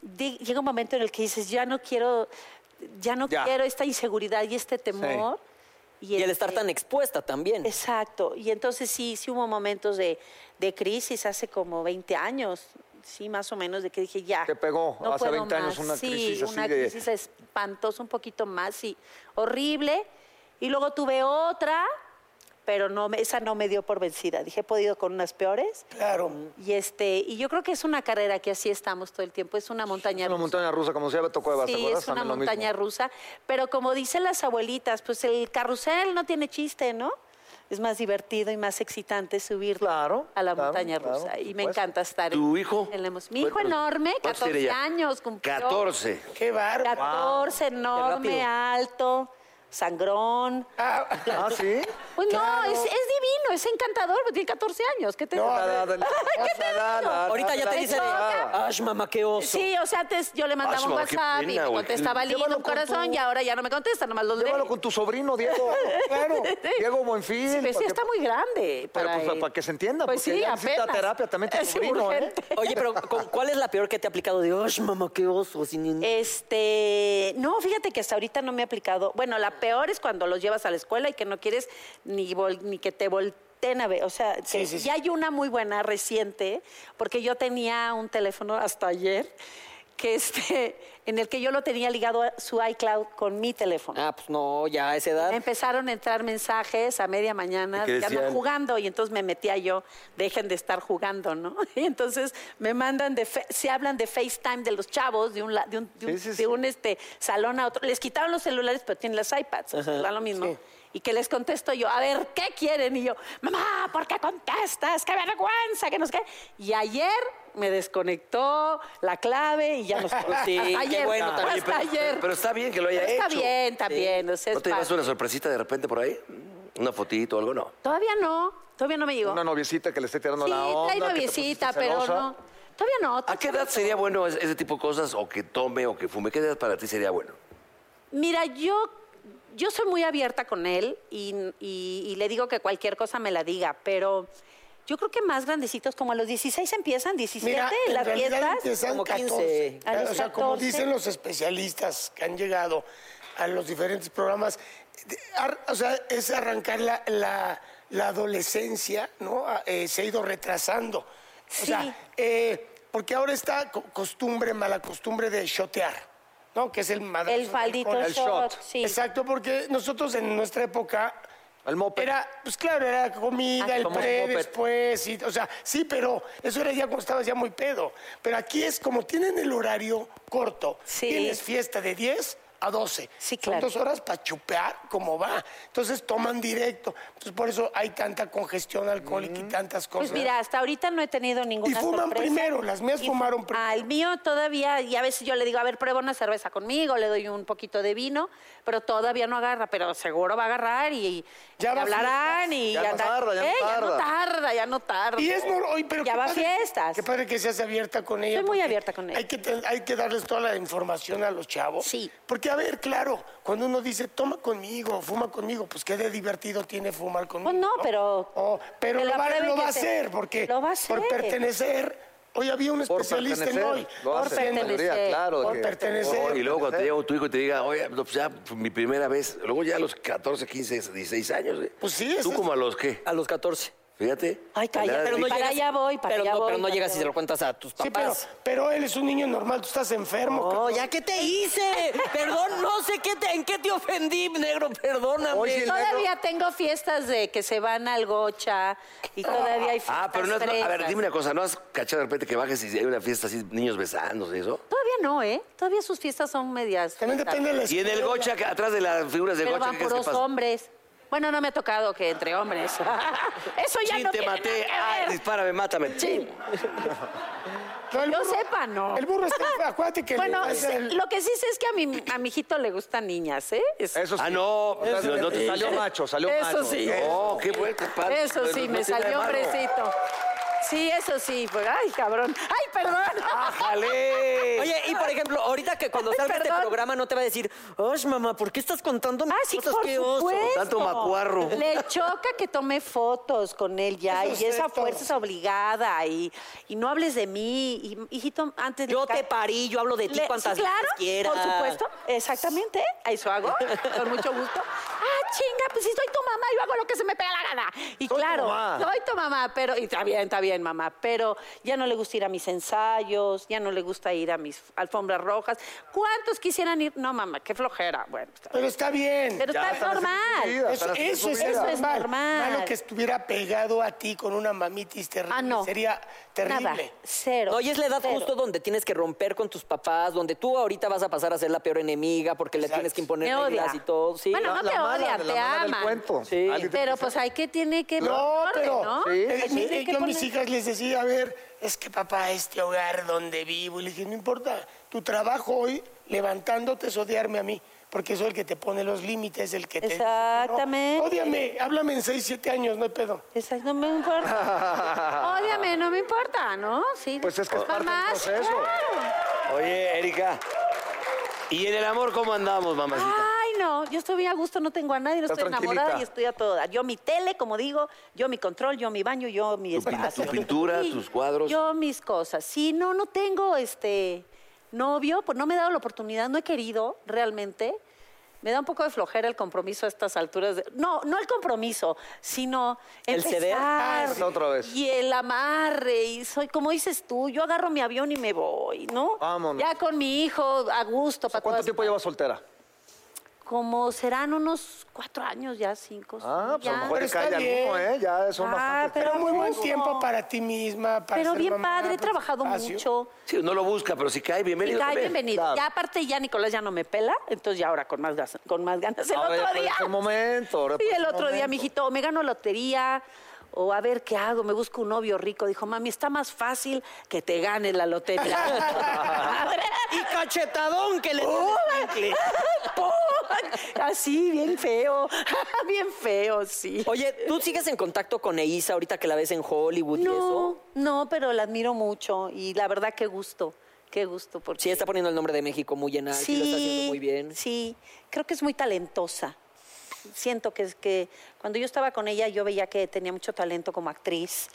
di- llega un momento en el que dices, ya no quiero, ya no Ya. quiero esta inseguridad y este temor. Y el este- estar tan expuesta también. Exacto. Y entonces sí, sí hubo momentos de, de crisis hace como 20 años. Sí, más o menos, de que dije ya. Te pegó hace puedo 20 años más. una sí, crisis así una de- crisis espantosa, un poquito más, sí. Horrible. Y luego tuve otra, pero no, me- esa no me dio por vencida. Dije, he podido con unas peores. Claro. Y, este, y yo creo que es una carrera que así estamos todo el tiempo. Es una Una montaña rusa. montaña rusa, como se llama Tocueva, ¿te Sí, acuerdas? es una También lo mismo. montaña rusa. Pero como dicen las abuelitas, pues el carrusel no tiene chiste, ¿no? Es más divertido y más excitante subir Claro, a la claro, montaña claro, rusa. por y me supuesto. encanta estar ¿Tu en- hijo? en la emo- Mi hijo enorme, ¿Cuántos 14 tiene ya? años cumplió. 14. Qué bárbaro. 14, enorme, rápido. alto, sangrón. Ah, Ah, ¿sí? Pues no, es, es divino, es encantador, pero tiene 14 años. ¿Qué te No, pasa? Da, da, da. ¿Qué te Da, da, digo? da, Ahorita ya da, te da, dicen, da. ¡ash, mamá, qué oso! Sí, o sea, antes yo le mandaba Ah, un no, qué WhatsApp pena, y me güey. contestaba lindo Llévalo un con corazón tu- y ahora ya no me contesta, nomás los Llévalo leo. con tu sobrino, Diego. Claro. Diego Bonfil. Sí, pero sí porque- está muy grande. Pero para pues, él. para que se entienda, Pues porque sí, ya necesita apenas. terapia también tu Es sobrino, ¿eh? urgente. Oye, pero ¿con- ¿cuál es la peor que te ha aplicado de ¡ash, mamá, qué oso! Sin ni- Este, no, fíjate que hasta ahorita no me he aplicado. Bueno, la peor es cuando los llevas a la escuela y que no quieres ni, vol- ni que te volteen a ver. O sea, que- Sí, sí, sí. y hay una muy buena reciente, porque yo tenía un teléfono hasta ayer que este, en el que yo lo tenía ligado a su iCloud con mi teléfono. Ah, pues no, ya a esa edad. Empezaron a entrar mensajes a media mañana, ¿Y qué que andan decían? jugando, y entonces me metía yo, dejen de estar jugando, ¿no? Y entonces me mandan de, fe- se hablan de FaceTime de los chavos, de un, la- de un, de un- Sí, sí, de sí. un, este, salón a otro. Les quitaron los celulares, pero tienen las iPads, o sea, da lo mismo. Y que les contesto yo, a ver, ¿qué quieren? Y yo, mamá, ¿por qué contestas? ¡Qué vergüenza! Que nos qué. Y ayer me desconectó la clave y ya nos Oh, Sí, qué ayer, bueno hasta también, pero, ayer. pero está bien que lo haya Pero está hecho. bien también, o sea, ¿No es te llevas parte. una sorpresita de repente por ahí? ¿Una fotito o algo? No. Todavía no, todavía no me llegó. Una noviecita que le esté tirando sí, la onda. trae que te noviecita, pusiste pero celosa. no. Todavía no. ¿A qué edad sería bueno es- ese tipo de cosas? O que tome o que fume. ¿Qué edad para ti sería bueno? Mira, yo, yo soy muy abierta con él y, y- y le digo que cualquier cosa me la diga, pero yo creo que más grandecitos, como a los 16 empiezan, 17, Mira, en las realidad fiestas. empiezan como 14. 15. A los O sea, como 14. dicen los especialistas que han llegado a los diferentes programas, de- ar- o sea, es arrancar la, la- la adolescencia, ¿no? A- eh, se ha ido retrasando. O Sí. sea, eh, porque ahora está co- costumbre, mala costumbre de shotear, ¿no? Que es el madrazo El del faldito alcohol. el short, shot. sí. Exacto, porque nosotros en nuestra época. El moped. Era, pues claro, era Ah, comida, el Como pre, moped. después. y- o sea, Pues, sí, pero eso era ya cuando estabas ya muy pedo. Pero aquí es como tienen el horario corto. Sí. Tienes fiesta de 10 a 12. Sí, Son claro. dos horas para chupear como va. Entonces toman directo. Entonces por eso hay tanta congestión alcohólica y tantas cosas. Pues mira, hasta ahorita no he tenido ninguna y fuman sorpresa. primero, las mías Y- fumaron primero. Ah, el mío todavía, y a veces yo le digo, a ver, prueba una cerveza conmigo, le doy un poquito de vino, pero todavía no agarra, pero seguro va a agarrar y, y Ya va a hablarán fiestas. y Ya no anda- tarda, ya no Eh, tarda. Ya no tarda, ya no tarda. Y es nor- oye, pero Ya qué va a padre- fiestas. Qué padre que seas abierierta con ella. Soy muy porque abierta con ella. Hay que, ten- hay que darles toda la información a los chavos. Sí. Porque a ver, claro, cuando uno dice, toma conmigo, fuma conmigo, pues qué de divertido tiene fumar conmigo. Pues no, pero- Oh, pero que lo la va, prueben lo que va a se- hacer, porque lo va a hacer. por pertenecer. Hoy había un Por especialista en pertenecer, hoy. lo por hacen, en pertenecer. teoría, pertenecer, claro, por que- pertenecer. por- Oh, Y luego cuando te llega tu hijo y te diga, oye, no, pues ya fue mi primera vez, luego ya a los 14, 15, 16 años. ¿eh? Pues sí, eso ¿Tú es- como a los qué? A los 14. Fíjate. Ay, cállate, Nada, pero no sí. Para llega- allá voy, para pero allá no, voy, Pero no para llegas allá y se lo voy. cuentas a tus Sí, pero, papás. pero él es un niño normal, tú estás enfermo. No, cabrón. ya qué te hice. Perdón, no sé qué te- en qué te ofendí, negro, perdóname. Oye, el Todavía tengo fiestas de que se van al gocha y todavía hay fiestas. Ah, pero no, es- no, a ver, fresas. dime una cosa, ¿no has cachado de repente que bajes y hay una fiesta así, niños besándose y eso? Todavía no, ¿eh? Todavía sus fiestas son medias. También depende de la Y en el escuela. gocha, que atrás de las figuras de Pero gocha, van ¿qué es que puros pasa? hombres. Bueno, no me ha tocado que entre hombres. Eso ya Chin, no te tiene maté. nada que Ay, ver. dispárame, mátame. Chin. No, el Yo burro- sepa, no. El burro está, acuérdate que... Bueno, el- se- lo que sí sé es que a mi, a mi hijito le gustan niñas, ¿eh? Es- Eso sí. Ah, no, pues, no, no te salió salió. macho, salió Eso macho. sí. No, qué bueno, qué padre. Eso No, sí, no tiene me nada de salió malo. hombrecito. Sí, eso sí. pues, ay, cabrón. Ay, perdón. ¡Ájale! Oye, y por ejemplo, ahorita que cuando Ay, salga este perdón. programa no te va a decir, ¡Ay, mamá, ¿por qué estás contando mis Ah, sí, cosas? por ¡Qué oso! supuesto. Tanto macuarro. Le choca que tome fotos con él ya Eso y esa es cierto. fuerza es obligada y, y no hables de mí. Y, hijito, antes... Yo le- te parí, yo hablo de ti Le- cuantas sí, claro, veces quieras. Por supuesto, exactamente. Eso hago, con mucho gusto. Ah, chinga, pues si soy tu mamá, yo hago lo que se me pega la gana. Soy Y tu claro, mamá. soy tu mamá, pero. Y está bien, está bien, mamá. Pero ya no le gusta ir a mis ensayos, ya no le gusta ir a mis alfombras rojas. ¿Cuántos quisieran ir? No, mamá, qué flojera. Bueno, está bien. Pero Pero está bien. está normal. vida. Eso, eso es, Eso es normal. normal. Malo que estuviera pegado a ti con una mamitis terrible. Ah, no. Sería terrible. Nada, cero. No, y es la edad cero. justo donde tienes que romper con tus papás, donde tú ahorita vas a pasar a ser la peor enemiga porque le Exacto. tienes que imponer Me odia. reglas y todo. Sí, Bueno, La- no te la mala odia, de te la- mala del aman. cuento. Sí. Alguien te- Pero pues hay que tiene que No, ponerle, pero ¿no? eh, Hay mire, que yo a mis poner- hijas les decía, a ver, es que papá, este hogar donde vivo, y le dije, no importa, tu trabajo hoy levantándote es odiarme a mí, porque soy el que te pone los límites, el que te... dice, no, Exactamente. Ódiame, háblame en 6, 7 años, no hay pedo. Exacto, no me importa. Ódiame, no me importa, ¿no? Sí. Pues es que es parte del Mamá, sí, proceso. claro. Oye, Erika. ¿Y en el amor cómo andamos, mamacita? Ay, no, yo estoy bien a gusto, no tengo a nadie, no Estás estoy enamorada tranquilita. y estoy a toda. Yo mi tele, como digo, yo mi control, yo mi baño, yo mi Tu pin- espacio. tu pintura, tus cuadros. Yo mis cosas. Sí, no, no tengo este novio, pues no me he dado la oportunidad, no he querido realmente. Me da un poco de flojera el compromiso a estas alturas. de- No, no el compromiso, sino ¿El ceder? empezar Ah, sí. Otra vez. Y el amarre. Y soy, como dices tú, yo agarro mi avión y me voy, ¿no? Vámonos. Ya con mi hijo, a gusto. para ¿Cuánto todas- tiempo llevas soltera? Como serán unos cuatro años ya, cinco. Ah, sí, pues a lo ya. mejor Pero te cae está alguno, bien. ¿eh? Ya son Ah, bastantes. pero Pero muy buen bueno. tiempo para ti misma, para Pero ser bien mamá, padre, he para tu trabajado espacio. mucho. Sí, no lo busca, pero si cae, bienvenido. Y cae también. bienvenido. Claro. Ya aparte ya Nicolás ya no me pela, entonces ya ahora con más gas- con más ganas el Ahora ya otro pues, puede día. ser momento, ahora y puede el ser otro día, momento. mijito, me gano lotería o a ver qué hago, me busco un novio rico. Dijo, "Mami, está más fácil que te ganes la lotería." Madre, Y cachetadón que le ¡pum! ¡Pum! Así bien feo. bien feo, sí. Oye, ¿tú sigues en contacto con Eisa ahorita que la ves en Hollywood y no, eso? no, pero la admiro mucho y la verdad qué gusto. Qué gusto porque Sí, está poniendo el nombre de México muy en alto y lo está haciendo muy bien. Sí, creo que es muy talentosa. Siento que es que cuando yo estaba con ella yo veía que tenía mucho talento como actriz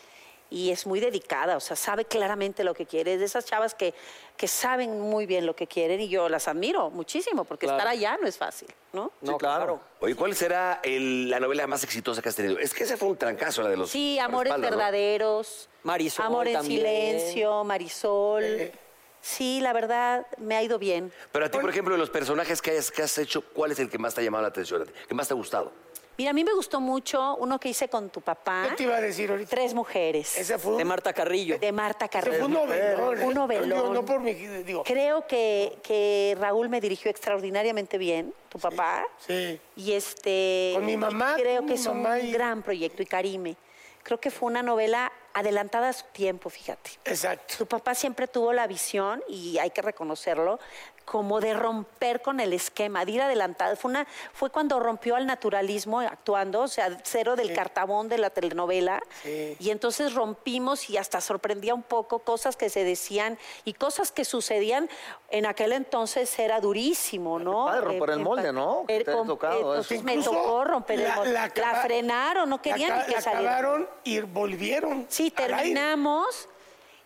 y es muy dedicada, o sea, sabe claramente lo que quiere. Es de esas chavas que, que saben muy bien lo que quieren y yo las admiro muchísimo porque Claro. estar allá no es fácil, ¿no? No, claro. Oye, ¿cuál será el- la novela más exitosa que has tenido? Es que ese fue un trancazo, la de los. Sí, Amores guardaespaldas, ¿no? Verdaderos, Marisol Amor en también. Silencio, Marisol. Eh, Sí, la verdad, me ha ido bien. Pero a ti, por ejemplo, de los personajes que, hayas- que has hecho, ¿cuál es el que más te ha llamado la atención? a ti? ¿Qué más te ha gustado? Mira, a mí me gustó mucho uno que hice con tu papá. ¿Qué te iba a decir ahorita? Tres mujeres. Ese fue un, De Marta Carrillo. De Marta ese fue Carrillo. un novelón. Un ¿eh? novelón. Digo, no por mi... Digo, Creo que, que Raúl me dirigió extraordinariamente bien, tu papá. sí. Y este. Con mi mamá, Creo con que mi es un mamá y- gran proyecto. Y Karime. Creo que fue una novela adelantada a su tiempo, fíjate. Exacto. Su papá siempre tuvo la visión, y hay que reconocerlo, como de romper con el esquema, de ir adelantado. Fue, una, fue cuando rompió al naturalismo actuando, o sea, cero del cartabón de la telenovela. Sí. Y entonces rompimos y hasta sorprendía un poco cosas que se decían y cosas que sucedían en aquel entonces era durísimo, ¿no? padre romper el molde, ¿no? Que Eh, te haya com- tocado eso. entonces me Incluso tocó romper el molde. La, acaba- frenaron, no querían la ni ca- que la saliera. acabaron y volvieron. Sí, al aire. terminamos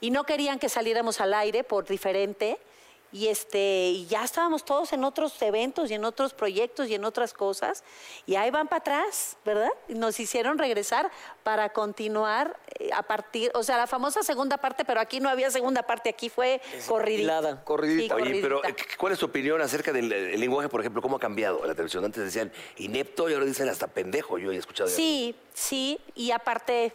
y no querían que saliéramos al aire por diferente. Y este, y ya estábamos todos en otros eventos y en otros proyectos y en otras cosas. Y ahí van para atrás, ¿verdad? Y nos hicieron regresar para continuar eh, a partir, o sea, la famosa segunda parte, pero aquí no había segunda parte, aquí fue corridita. hilada, corridita. Sí, Oye, pero corridita. ¿cu- ¿cuál es tu opinión acerca del eh, el lenguaje, por ejemplo? ¿Cómo ha cambiado la televisión? Antes decían inepto y ahora dicen hasta pendejo. Yo he escuchado. Sí, sí, y aparte,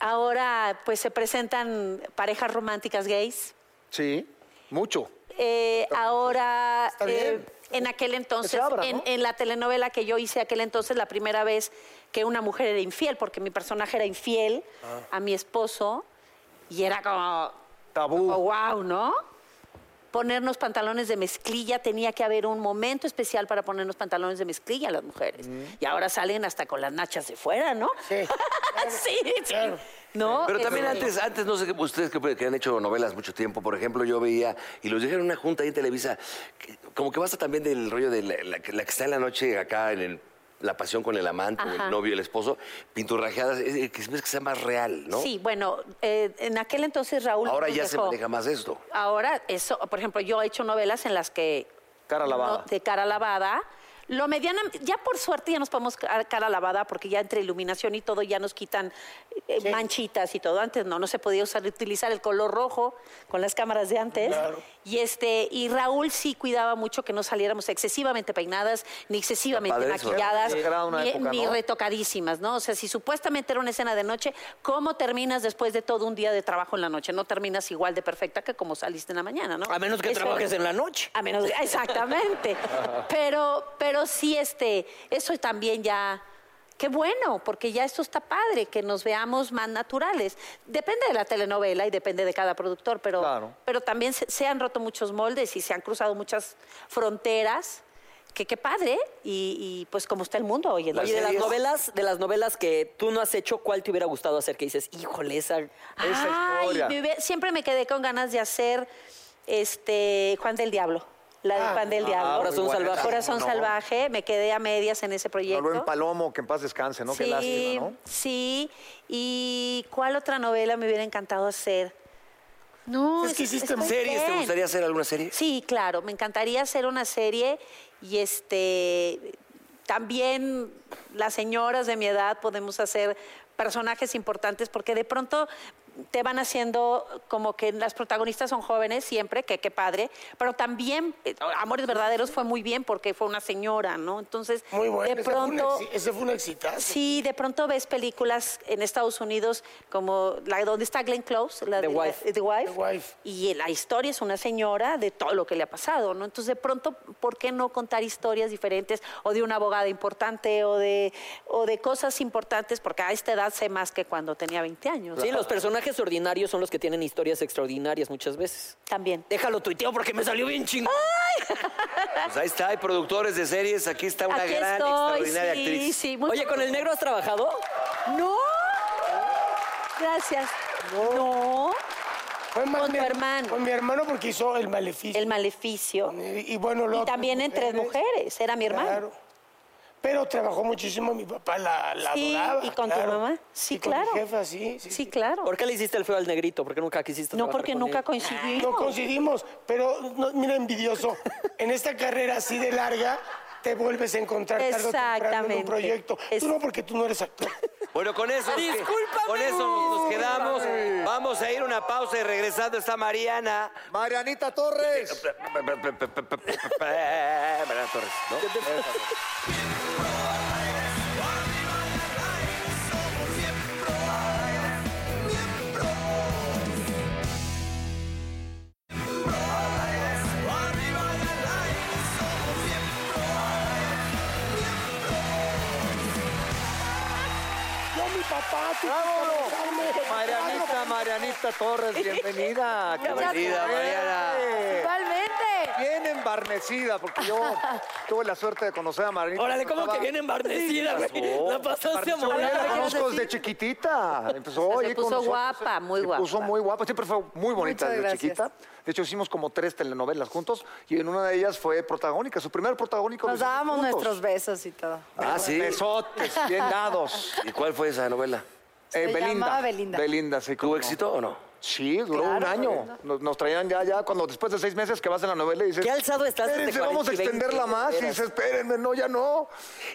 ahora pues se presentan parejas románticas gays. Sí, mucho. Eh, ahora, pues, Está bien. eh, en aquel entonces, abra, en, ¿no? en la telenovela que yo hice aquel entonces, la primera vez que una mujer era infiel, porque mi personaje era infiel Ah. a mi esposo, y era como, Tabú. wow, ¿no? Ponernos pantalones de mezclilla, tenía que haber un momento especial para ponernos pantalones de mezclilla a las mujeres. Y ahora salen hasta con las nachas de fuera, ¿no? Mm. Sí. sí, sí. claro. ¿No? Pero también Este, antes, antes no sé, qué- ustedes que, que han hecho novelas mucho tiempo, por ejemplo, yo veía, y los dijeron en una junta ahí en Televisa, que- como que basta también del rollo de la, la que la que está en la noche acá en el- la pasión con el amante, o Ajá. el novio, el esposo, pinturrajeadas, es, es que es que sea más real, ¿no? Sí, bueno, eh, en aquel entonces Raúl. Ahora nos ya se dejó. maneja más esto. Ahora, eso, por ejemplo, yo he hecho novelas en las que. Cara lavada. no, de cara lavada. Lo mediana, ya por suerte ya nos podemos ca- cara lavada porque ya entre iluminación y todo ya nos quitan eh, manchitas y todo. Antes no, no se podía usar, utilizar el color rojo con las cámaras de antes. Y este, y Raúl sí cuidaba mucho que no saliéramos excesivamente peinadas, ni excesivamente padre eso. maquilladas, Era una ni, época, ni ¿no? retocadísimas, ¿no? O sea, si supuestamente era una escena de noche, ¿cómo terminas después de todo un día de trabajo en la noche? No terminas igual de perfecta que como saliste en la mañana, ¿no? A menos que Eso- trabajes en la noche. A menos, exactamente. pero, pero sí, este, eso también ya. Qué bueno, porque ya esto está padre, que nos veamos más naturales. Depende de la telenovela y depende de cada productor, pero, Claro. pero también se, se han roto muchos moldes y se han cruzado muchas fronteras. Que qué padre, y, y, pues como está el mundo hoy en día. Oye, de las series. novelas, de las novelas que tú no has hecho, ¿cuál te hubiera gustado hacer? Que dices, híjole, esa. Esa Ay, historia. me hubiera- siempre me quedé con ganas de hacer este Juan del Diablo. La de Juan del Diablo. Ah, Corazón muy buena. Salvaje. Corazón No. Salvaje. Me quedé a medias en ese proyecto. en Palomo, que en paz descanse, ¿no? Qué sí, lástima, ¿no? sí. ¿Y cuál otra novela me hubiera encantado hacer? No, Es que hiciste estoy ¿Series? ¿Te bien. gustaría hacer alguna serie? Sí, claro, me encantaría hacer una serie y este también las señoras de mi edad podemos hacer personajes importantes porque de pronto te van haciendo como que las protagonistas son jóvenes siempre, que qué padre, pero también eh, Amores Verdaderos fue muy bien porque fue una señora, ¿no? Entonces, Muy bueno. de ese fue un pronto... exi- Ese fue un exitazo. Sí, de pronto ves películas en Estados Unidos como la donde está Glenn Close, la The de la- Wife. The Wife. The Wife. Y la historia es una señora de todo lo que le ha pasado, ¿no? Entonces, de pronto, ¿por qué no contar historias diferentes o de una abogada importante o de, o de cosas importantes? Porque a esta edad sé más que cuando tenía 20 años. Sí, los personajes ordinarios son los que tienen historias extraordinarias muchas veces. También. Déjalo tuiteo porque me salió bien chingón. Pues ahí está, hay productores de series, aquí está una Aquí gran, estoy, extraordinaria sí, actriz. sí. mucho- Oye, ¿con el negro has trabajado? ¡No! Gracias. No. Fue más Con mi tu her- hermano. Con mi hermano porque hizo el maleficio. El maleficio. Y, y bueno, Y luego también entre mujeres. Era mi hermano. Claro. Pero trabajó muchísimo, mi papá la, la Sí, adoraba. ¿y con tu claro. mamá? Sí, Y con claro. mi jefa, sí. sí, Sí, sí. claro. ¿Por qué le hiciste el feo al negrito? ¿Por qué nunca quisiste No, trabajar porque con nunca él? coincidimos. No coincidimos, pero no, mira, envidioso. en esta carrera así de larga, te vuelves a encontrar tarde o temprano en Exactamente. un proyecto. Es- Tú no, porque tú no eres actor. Bueno, con eso, Discúlpame. con eso nos quedamos. Vamos a ir una pausa y regresando está Mariana. Marianita Torres. Mariana Torres, ¿no? Yo, mi papá ¡Bravo! Marianita, Marianita Torres, bienvenida. Qué Muchas Bienvenida, bonito. Mariana. Eh, Igualmente. Bien embarnecida, porque yo tuve la suerte de conocer a Marianita. Órale, ¿cómo Estaba- que viene embarnecida, güey? La pasaste a Yo morir. la ¿qué quieres conozco desde decir? chiquitita. Empezó Se ahí puso con nosotros. guapa, muy Se guapa. puso muy guapa. Siempre fue muy bonita Muchas desde gracias. chiquita. De hecho, hicimos como tres telenovelas juntos y en una de ellas fue protagónica. Su primer protagónico. lo Nos hicimos dábamos juntos. nuestros besos y todo. Ah, sí. Besotes, bien dados. Eh, ¿Y cuál fue esa novela? Se llamaba Belinda. Belinda, sí. ¿Tuvo cómo no. éxito o no? Sí, duró Claro, un año. Nos, nos traían ya, ya, cuando después de seis meses que vas en la novela y dices... ¿Qué alzado estás desde Espérense, vamos a 40 y 20, extenderla más. Y veras? dices, espérenme, no, ya no.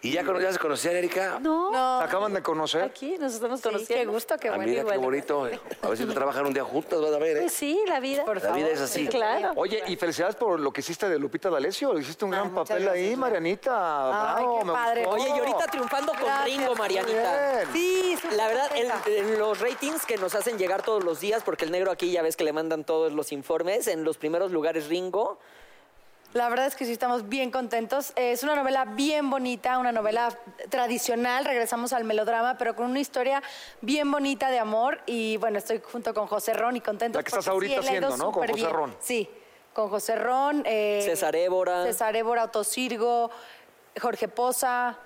¿Y ya, cono- ya se conocían, Erika? No, No. Acaban de conocer. aquí nos estamos Sí, qué conociendo. gusto, qué Ah, bueno. mira, qué igual. bonito. A ver si no trabajan un día juntas, vas a ver, ¿eh? Pues sí, la vida. Por La vida favor, es así. sí, Claro. Oye, y felicidades por lo que hiciste de Lupita D'Alessio. Hiciste un gran Ah, muchas papel ahí, gracias, Marianita. Ay, Bravo, qué Ah, me padre. gustó. Oye, y ahorita triunfando con Gracias, Ringo, muy Marianita. bien. Sí, súper La verdad, el- contenta. en los ratings que nos hacen llegar todos los días, porque el negro aquí ya ves que le mandan todos los informes, en los primeros lugares Ringo. La verdad es que sí estamos bien contentos. Es una novela bien bonita, una novela tradicional, regresamos al melodrama, pero con una historia bien bonita de amor. Y bueno, estoy junto con José Ron y contenta. La que estás ahorita haciendo, ¿no? Con José Ron. Sí, con José Ron. eh, César Évora. César Évora, Otosirgo, Jorge Poza.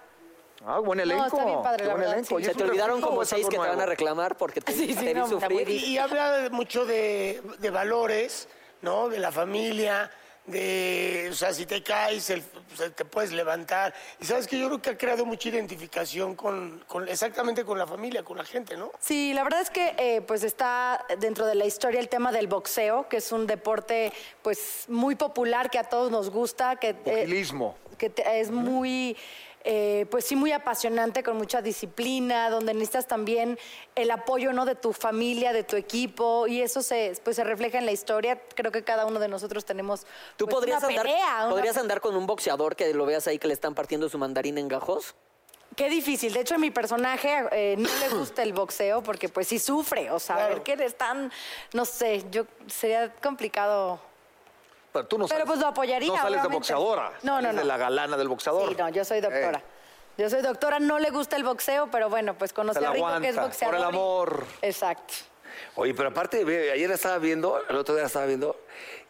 Ah, buen elenco. está bien padre, la buen verdad, elenco. sí. Oye, Se es te un olvidaron refugio, como es seis algo que te van a nuevo. reclamar porque te, Sí, sí, te vi no, está muy sufrir. difícil. Y, y habla mucho de, de valores, ¿no? De la familia, de, o sea, si te caes, el- o sea, te puedes levantar. Y sabes que yo creo que ha creado mucha identificación con, con- exactamente con la familia, con la gente, ¿no? Sí, la verdad es que eh, pues está dentro de la historia el tema del boxeo, que es un deporte pues muy popular que a todos nos gusta, que eh, Pugilismo. que te- es muy eh, pues sí muy apasionante con mucha disciplina, donde necesitas también el apoyo no de tu familia, de tu equipo y eso se pues se refleja en la historia. Creo que cada uno de nosotros tenemos ¿Tú pues, podrías, una andar, pelea, una- podrías andar con un boxeador que lo veas ahí que le están partiendo su mandarín en gajos? Qué difícil. De hecho, a mi personaje eh, no le gusta el boxeo porque pues sí sufre. O sea, a ver qué le están, no sé, yo sería complicado. Pero tú no Pero sales, pues lo apoyaría, No sales de obviamente. boxeadora. No, no, sales de no. la galana del boxeador. Sí, no, yo soy doctora. Eh, Yo soy doctora, no le gusta el boxeo, pero bueno, pues conoce Se la a Rico que es aguanta, por boxeador. el y- amor. Exacto. Oye, pero aparte, ve, ayer la estaba viendo, el otro día la estaba viendo,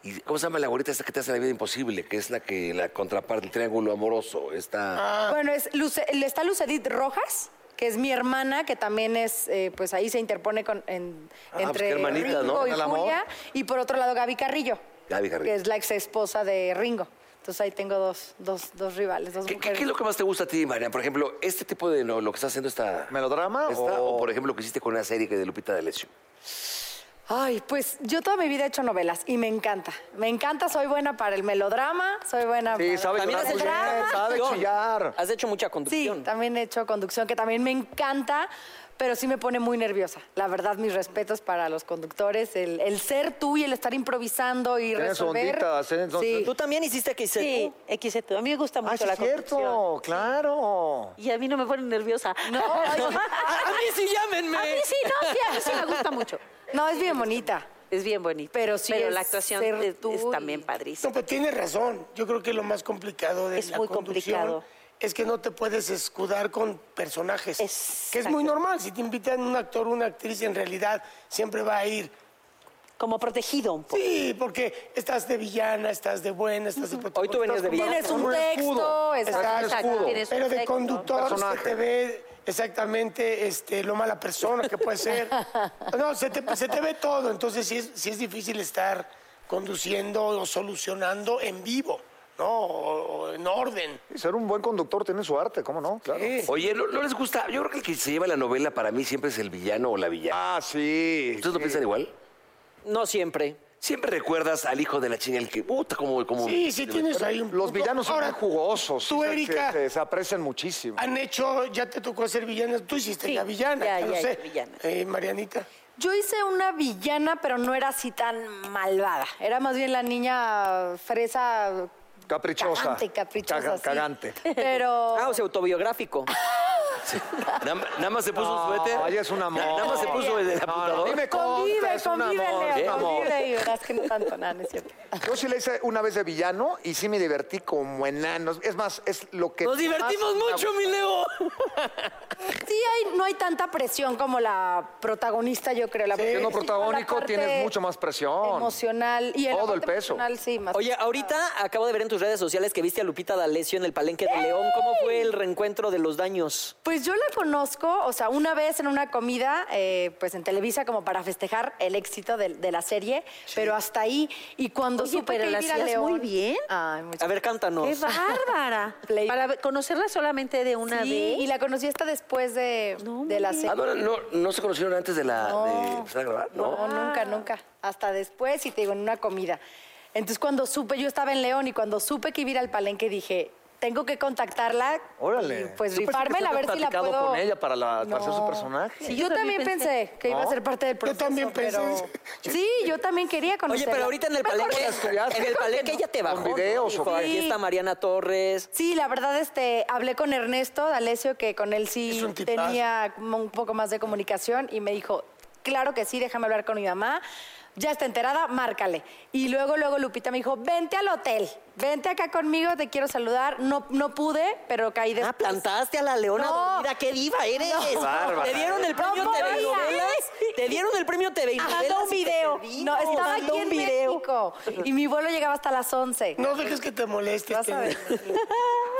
y ¿cómo se llama la gorita esta que te hace la vida imposible? Que es la que la contraparte, el triángulo amoroso, esta... Bueno, es Luce- está Lucedit Rojas, que es mi hermana, que también es, eh, pues ahí se interpone con, en- pues entre qué hermanita, ¿no? Ringo y Con el amor. Julia. Y por otro lado, Gaby Carrillo, Gaby Carrillo. que es la ex esposa de Ringo. Entonces ahí tengo dos, dos, dos rivales, dos ¿Qué, qué- mujeres. qué es lo que más te gusta a ti, Mariana? Por ejemplo, este tipo de lo, lo que está haciendo esta... ¿Melodrama esta, o- o... por ejemplo, lo que hiciste con una serie que de Lupita D'Alessio. Ay, pues yo toda mi vida he hecho novelas y me encanta. Me encanta, soy buena para el melodrama, soy buena Sí, para... sabe También llorar has muy hecho, bien, drama. sabe conducción. chillar. Has hecho mucha Sí, conducción. también he hecho conducción, que también me encanta, pero sí me pone muy nerviosa. La verdad, mis respetos para los conductores, el, el ser tú y el estar improvisando y Tienes resolver. ondita, hacer entonces- Sí. Tú también hiciste que hice Sí, XZ. A mí me gusta mucho Ah, sí, la es cierto, conducción. claro. Y a mí no me pone nerviosa. No, ay, A, a mí sí llámenme. A mí sí, no, sí, a mí sí me gusta mucho. no, es bien bonita. Es bien bonito. Pero sí es la actuación ser es, tú es y- también No, padrísima. pero tienes razón. Yo creo que lo más complicado de Es la muy conducción complicado. es que no te puedes escudar con personajes. Que es Exacto. muy normal. Si te invitan un actor o una actriz, en realidad siempre va a ir. Como protegido un poco. Sí, porque estás de villana, estás de buena, estás de Hoy tú venías protagonista, de villana. estás Tienes como- un, un escudo. texto, Exacto, exacto. escudo. Tienes un Pero de texto. conductor se Personaje. te ve exactamente este, lo mala persona que puede ser. No, se te, se te ve todo. Entonces sí es, sí es difícil estar conduciendo o solucionando en vivo, ¿no? O, o en orden. Y Ser un buen conductor tiene su arte, ¿cómo no? Claro. Oye, ¿no, no les gusta? Yo creo que el que se lleva la novela para mí siempre es el villano o la villana. Ah, sí. ¿Ustedes no piensan igual? No siempre. Siempre recuerdas al hijo de la chinga, el que... Puta, como... como Sí, sí tienes ahí un Los punto. villanos son Ahora, muy jugosos. Tú, se- se- Erika, Se, se aprecian muchísimo. han hecho, ya te tocó ser villana. Tú hiciste Sí, la villana, ya, ya, lo ya, sé. ya, villana. Eh, Marianita. Yo hice una villana, pero no era así tan malvada. Era más bien la niña fresa. Caprichosa. Cagante, caprichosa. Caga- sí. cagante. Pero. Ah, o sea, autobiográfico. Nada, nada más se puso un suéter. No, ella es un amor. Na- Nada más se puso el No, no, a apuntador. mí me consta, Convive, es un convive, amor, es un Leo, amor. convive y verás que no tanto, nada, no es cierto. Yo sí le hice una vez de villano y sí me divertí como enanos. Es más, es lo que. Nos divertimos más- mucho, mi Leo. Sí, hay, no hay tanta presión como la protagonista, yo creo. La Siendo sí, protagónico la parte tienes mucho más presión. Emocional. Y en la Todo el parte peso. Emocional, sí, más. Oye, ahorita acabo de ver en tus redes sociales que viste a Lupita D'Alessio en el Palenque de León. ¿Cómo fue el reencuentro de los daños? Pues yo la conozco, o sea, una vez en una comida, eh, pues en Televisa, como para festejar el éxito de, de la serie, pero hasta ahí. Y cuando Oye, supe pero que la iba a hacías León- muy bien. Ay, muchas A ver, ¡Qué cántanos. bárbara! Play- Para conocerla solamente de una Sí, vez. y la conocí hasta después de, No, de la muy serie. Ah, no, no, no se conocieron antes de la. de empezar a grabar, ¿no? No, nunca, nunca. Hasta después, y te digo, en una comida. Entonces, cuando supe, yo estaba en León, y cuando supe que iba a ir al palenque, dije, tengo que contactarla. Órale. y, pues Yo pensé que rifármela a tú ver habías si la platicado puedo. con ella para la- para hacer su No. personaje. Sí, yo, también pensé, que iba a ser parte del proceso. también pensé pero- eso. Sí, yo también quería Oye, conocerla. pero ahorita en el Mejor Palenque, que- en el Palenque ella te bajó. Con videos, Dijo, ¿o qué? Aquí está Mariana Torres. Sí, la verdad, este, hablé con Ernesto D'Alessio, que con él sí Es un tipazo. tenía como un poco más de comunicación, y me dijo, claro que sí, déjame hablar con mi mamá. Ya está enterada, márcale. Y luego, luego Lupita me dijo, vente al hotel, vente acá conmigo, te quiero saludar. No, no pude, pero caí Ah, después. plantaste a la leona No. dormida. ¡Qué diva eres! Bárbara. Te dieron el premio No TV podía. Novelas. Te dieron el premio TV Ah, Novelas. mandó un y te video. servimos. No, estaba Mandó aquí en un video. México. Y mi vuelo llegaba hasta las 11. No dejes que te molestes. Vas a ver.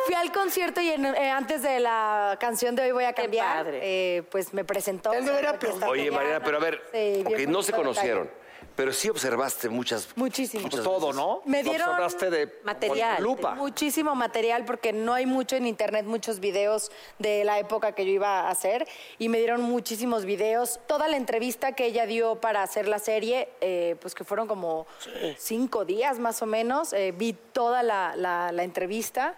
Fui al concierto y en- eh, antes de la canción de hoy voy a cambiar, padre. eh, pues me presentó. Él debería aplaudir. Oye, Mariana, pero a ver, Sí, ok, bien no se bonito conocieron, detalle. pero sí observaste muchas. Muchísimo. muchas Todo, veces. ¿no? Me dieron Lo observaste de material. lupa. Muchísimo material porque no hay mucho en internet, muchos videos de la época que yo iba a hacer y me dieron muchísimos videos. Toda la entrevista que ella dio para hacer la serie, eh, pues que fueron como cinco días más o menos, eh, vi toda la, la- la entrevista.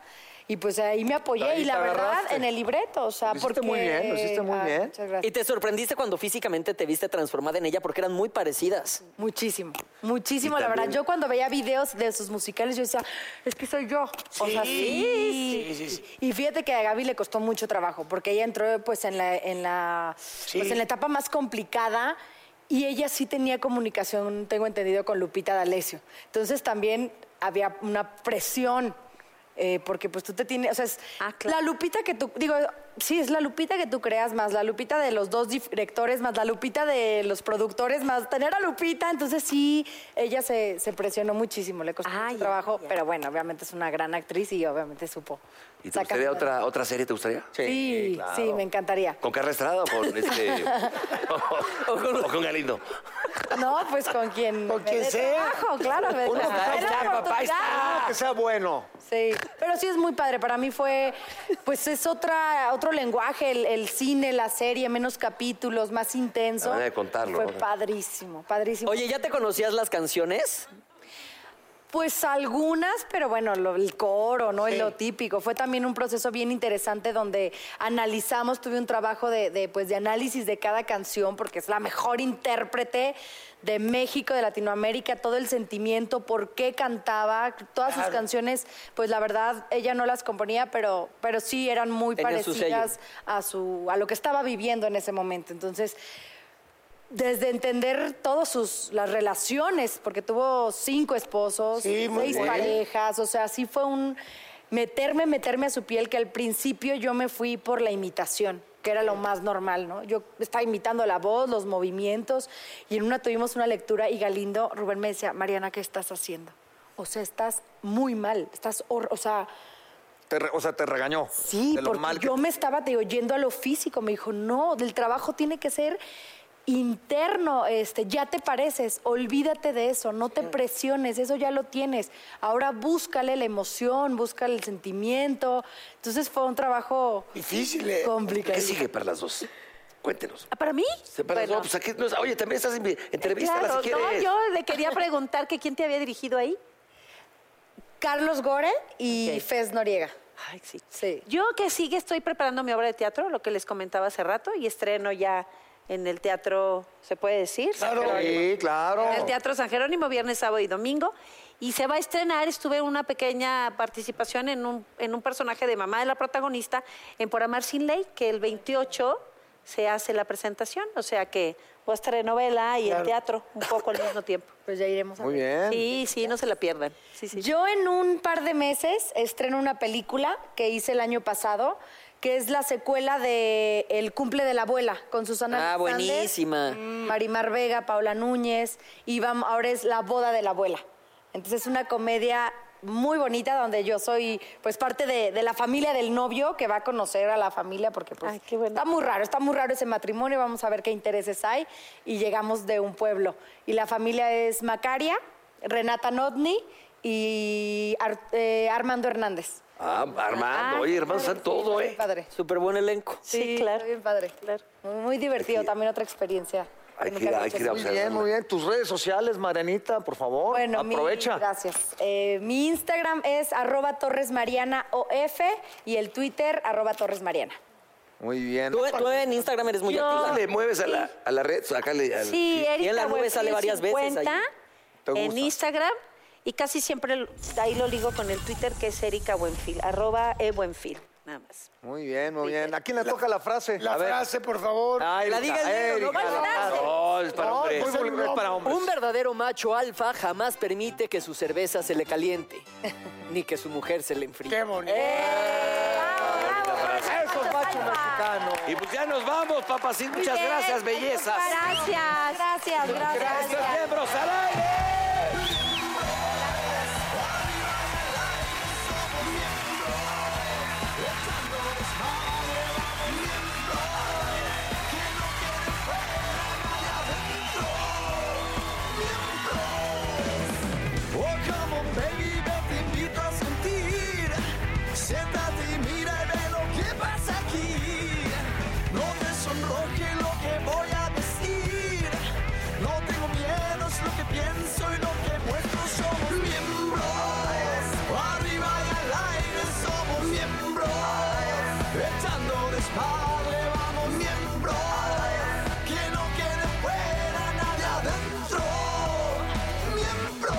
Y pues ahí me apoyé Ahí y la te verdad agarraste. en el libreto, o sea, Lo hiciste porque muy bien, lo hiciste muy Ah, bien. Muchas gracias. Y te sorprendiste cuando físicamente te viste transformada en ella porque eran muy parecidas. Muchísimo, muchísimo, la verdad. Yo cuando veía videos de sus musicales, yo decía, es que soy yo. o sea, sí. Y fíjate que a Gaby le costó mucho trabajo, porque ella entró pues en la, en la, pues, en la etapa más complicada. Y ella sí tenía comunicación, tengo entendido, con Lupita D'Alessio. Entonces también había una presión, eh, porque pues tú te tienes, o sea, es Ah, claro. la Lupita que tú, digo, sí, es la Lupita que tú creas más, la Lupita de los dos directores más, la Lupita de los productores más, tener a Lupita, entonces sí, ella se, se presionó muchísimo, le costó Ah, mucho ya, trabajo, ya. pero bueno, obviamente es una gran actriz y obviamente supo. ¿Y te sacar- gustaría otra, otra serie? ¿Te gustaría? Sí, sí, me encantaría. ¿Con Carla Estrada o con este. o, con, o con Galindo? No, pues con quien Con me quien dé sea. trabajo, claro, me dé Uno trabajo. está, Es la está, papá, oportunidad. Que sea bueno. Sí, pero sí es muy padre. Para mí fue, pues es otra, otro lenguaje, el, el cine, la serie, menos capítulos, más intenso. La manera de contarlo, Fue ¿no? padrísimo, padrísimo. Oye, ¿ya te conocías las canciones? Pues algunas, pero bueno, lo- el coro, ¿no? Es lo típico. Fue también un proceso bien interesante donde analizamos, tuve un trabajo de, de, pues, de análisis de cada canción, porque es la mejor intérprete de México, de Latinoamérica, todo el sentimiento, por qué cantaba, todas sus canciones, pues la verdad, ella no las componía, pero, pero sí eran muy Tenían su sello. parecidas a, su, a lo que estaba viviendo en ese momento. Entonces, desde entender todas sus las relaciones, porque tuvo cinco esposos, Sí, muy seis bien. parejas, o sea, sí fue un meterme, meterme a su piel, que al principio yo me fui por la imitación, que era lo más normal, ¿no? Yo estaba imitando la voz, los movimientos, y en una tuvimos una lectura y Galindo, Rubén me decía, Mariana, ¿qué estás haciendo? O sea, estás muy mal, estás, hor- o sea, Te re- o sea, te regañó. Sí, de lo porque mal que yo me estaba te digo, yendo a lo físico. Me dijo, no, del trabajo tiene que ser interno, este, ya te pareces, olvídate de eso, no te presiones, eso ya lo tienes. Ahora búscale la emoción, búscale el sentimiento. Entonces fue un trabajo Difícil, ¿eh? complicado. ¿Qué sigue para las dos? Cuéntenos. Ah, ¿Para mí? Se- Para las Bueno, dos, pues, aquí no es- oye, también estás en mi- entrevístala claro, si no, quieres. yo le quería preguntar que quién te había dirigido ahí. Carlos Gore y Ok. Fez Noriega. Ay, sí. Sí. Yo que sigue estoy preparando mi obra de teatro, lo que les comentaba hace rato, y estreno ya en el teatro, ¿se puede decir? Sí, claro. En el Teatro San Jerónimo, viernes, sábado y domingo. Y se va a estrenar, estuve en una pequeña participación en un, en un personaje de mamá de la protagonista en Por Amar Sin Ley, que el 28 se hace la presentación. O sea que voy a estar en novela y en teatro un poco al mismo tiempo. Pues ya iremos a Muy ver. bien. Sí, sí, no se la pierdan. Sí, sí. Yo en un par de meses estreno una película que hice el año pasado, que es la secuela de El cumple de la abuela con Susana Ah, Fernández, buenísima. Marimar Vega, Paula Núñez y vam- ahora es La boda de la abuela. Entonces es una comedia muy bonita donde yo soy pues parte de, de la familia del novio que va a conocer a la familia porque pues Ay, qué bueno. está muy raro, está muy raro ese matrimonio, vamos a ver qué intereses hay y llegamos de un pueblo y la familia es Macaria, Renata Nodni y Ar- eh, Armando Hernández. Ah, Armando, oye, hermano, están todo, Muy ¿eh? padre. Súper buen elenco. Sí, claro. está Bien padre. Muy, muy divertido, también otra experiencia. Hay Nunca que ir a- había hay hecho que ir a eso. Muy bien, muy bien. Tus redes sociales, Marianita, por favor. Bueno, mi- aprovecha. gracias. Eh, mi Instagram es arroba torresmarianaof y el Twitter arroba torresmariana. Muy bien. Tú, tú en Instagram eres muy activa. ¿Tú le mueves a la, a la red? Acá le, al- Sí, Erika en la nube Buenfil sale varias veces ahí. 50, ¿Te en gusta? Instagram y casi siempre lo- ahí lo ligo con el Twitter que es Erika Buenfil, arroba E Buenfil, nada más. Muy bien, muy bien. ¿A quién le toca la frase? La A ver. frase, por favor. Ah, Erika, La diga el negro, Erika, no vale la nada. frase. No, es para No, hombres. pues, Es muy- es para hombres. Un verdadero macho alfa jamás permite que su cerveza se le caliente, ni que su mujer se le enfríe. Qué bonito. Eh, Eso es macho mexicano. Y pues ya nos vamos, papacín. Muchas gracias, bellezas. Gracias. Gracias, gracias. Estos miembros al aire. Oh, come on, baby, yo te invito a sentir. Siéntate y mira y ve lo que pasa aquí. No te sonroje lo que voy a decir. No tengo miedo, es lo que pienso y lo que muestro. Somos miembros. Arriba y al aire somos miembros. Echando desmadre vamos miembros. Que no quede fuera nadie adentro. Miembros.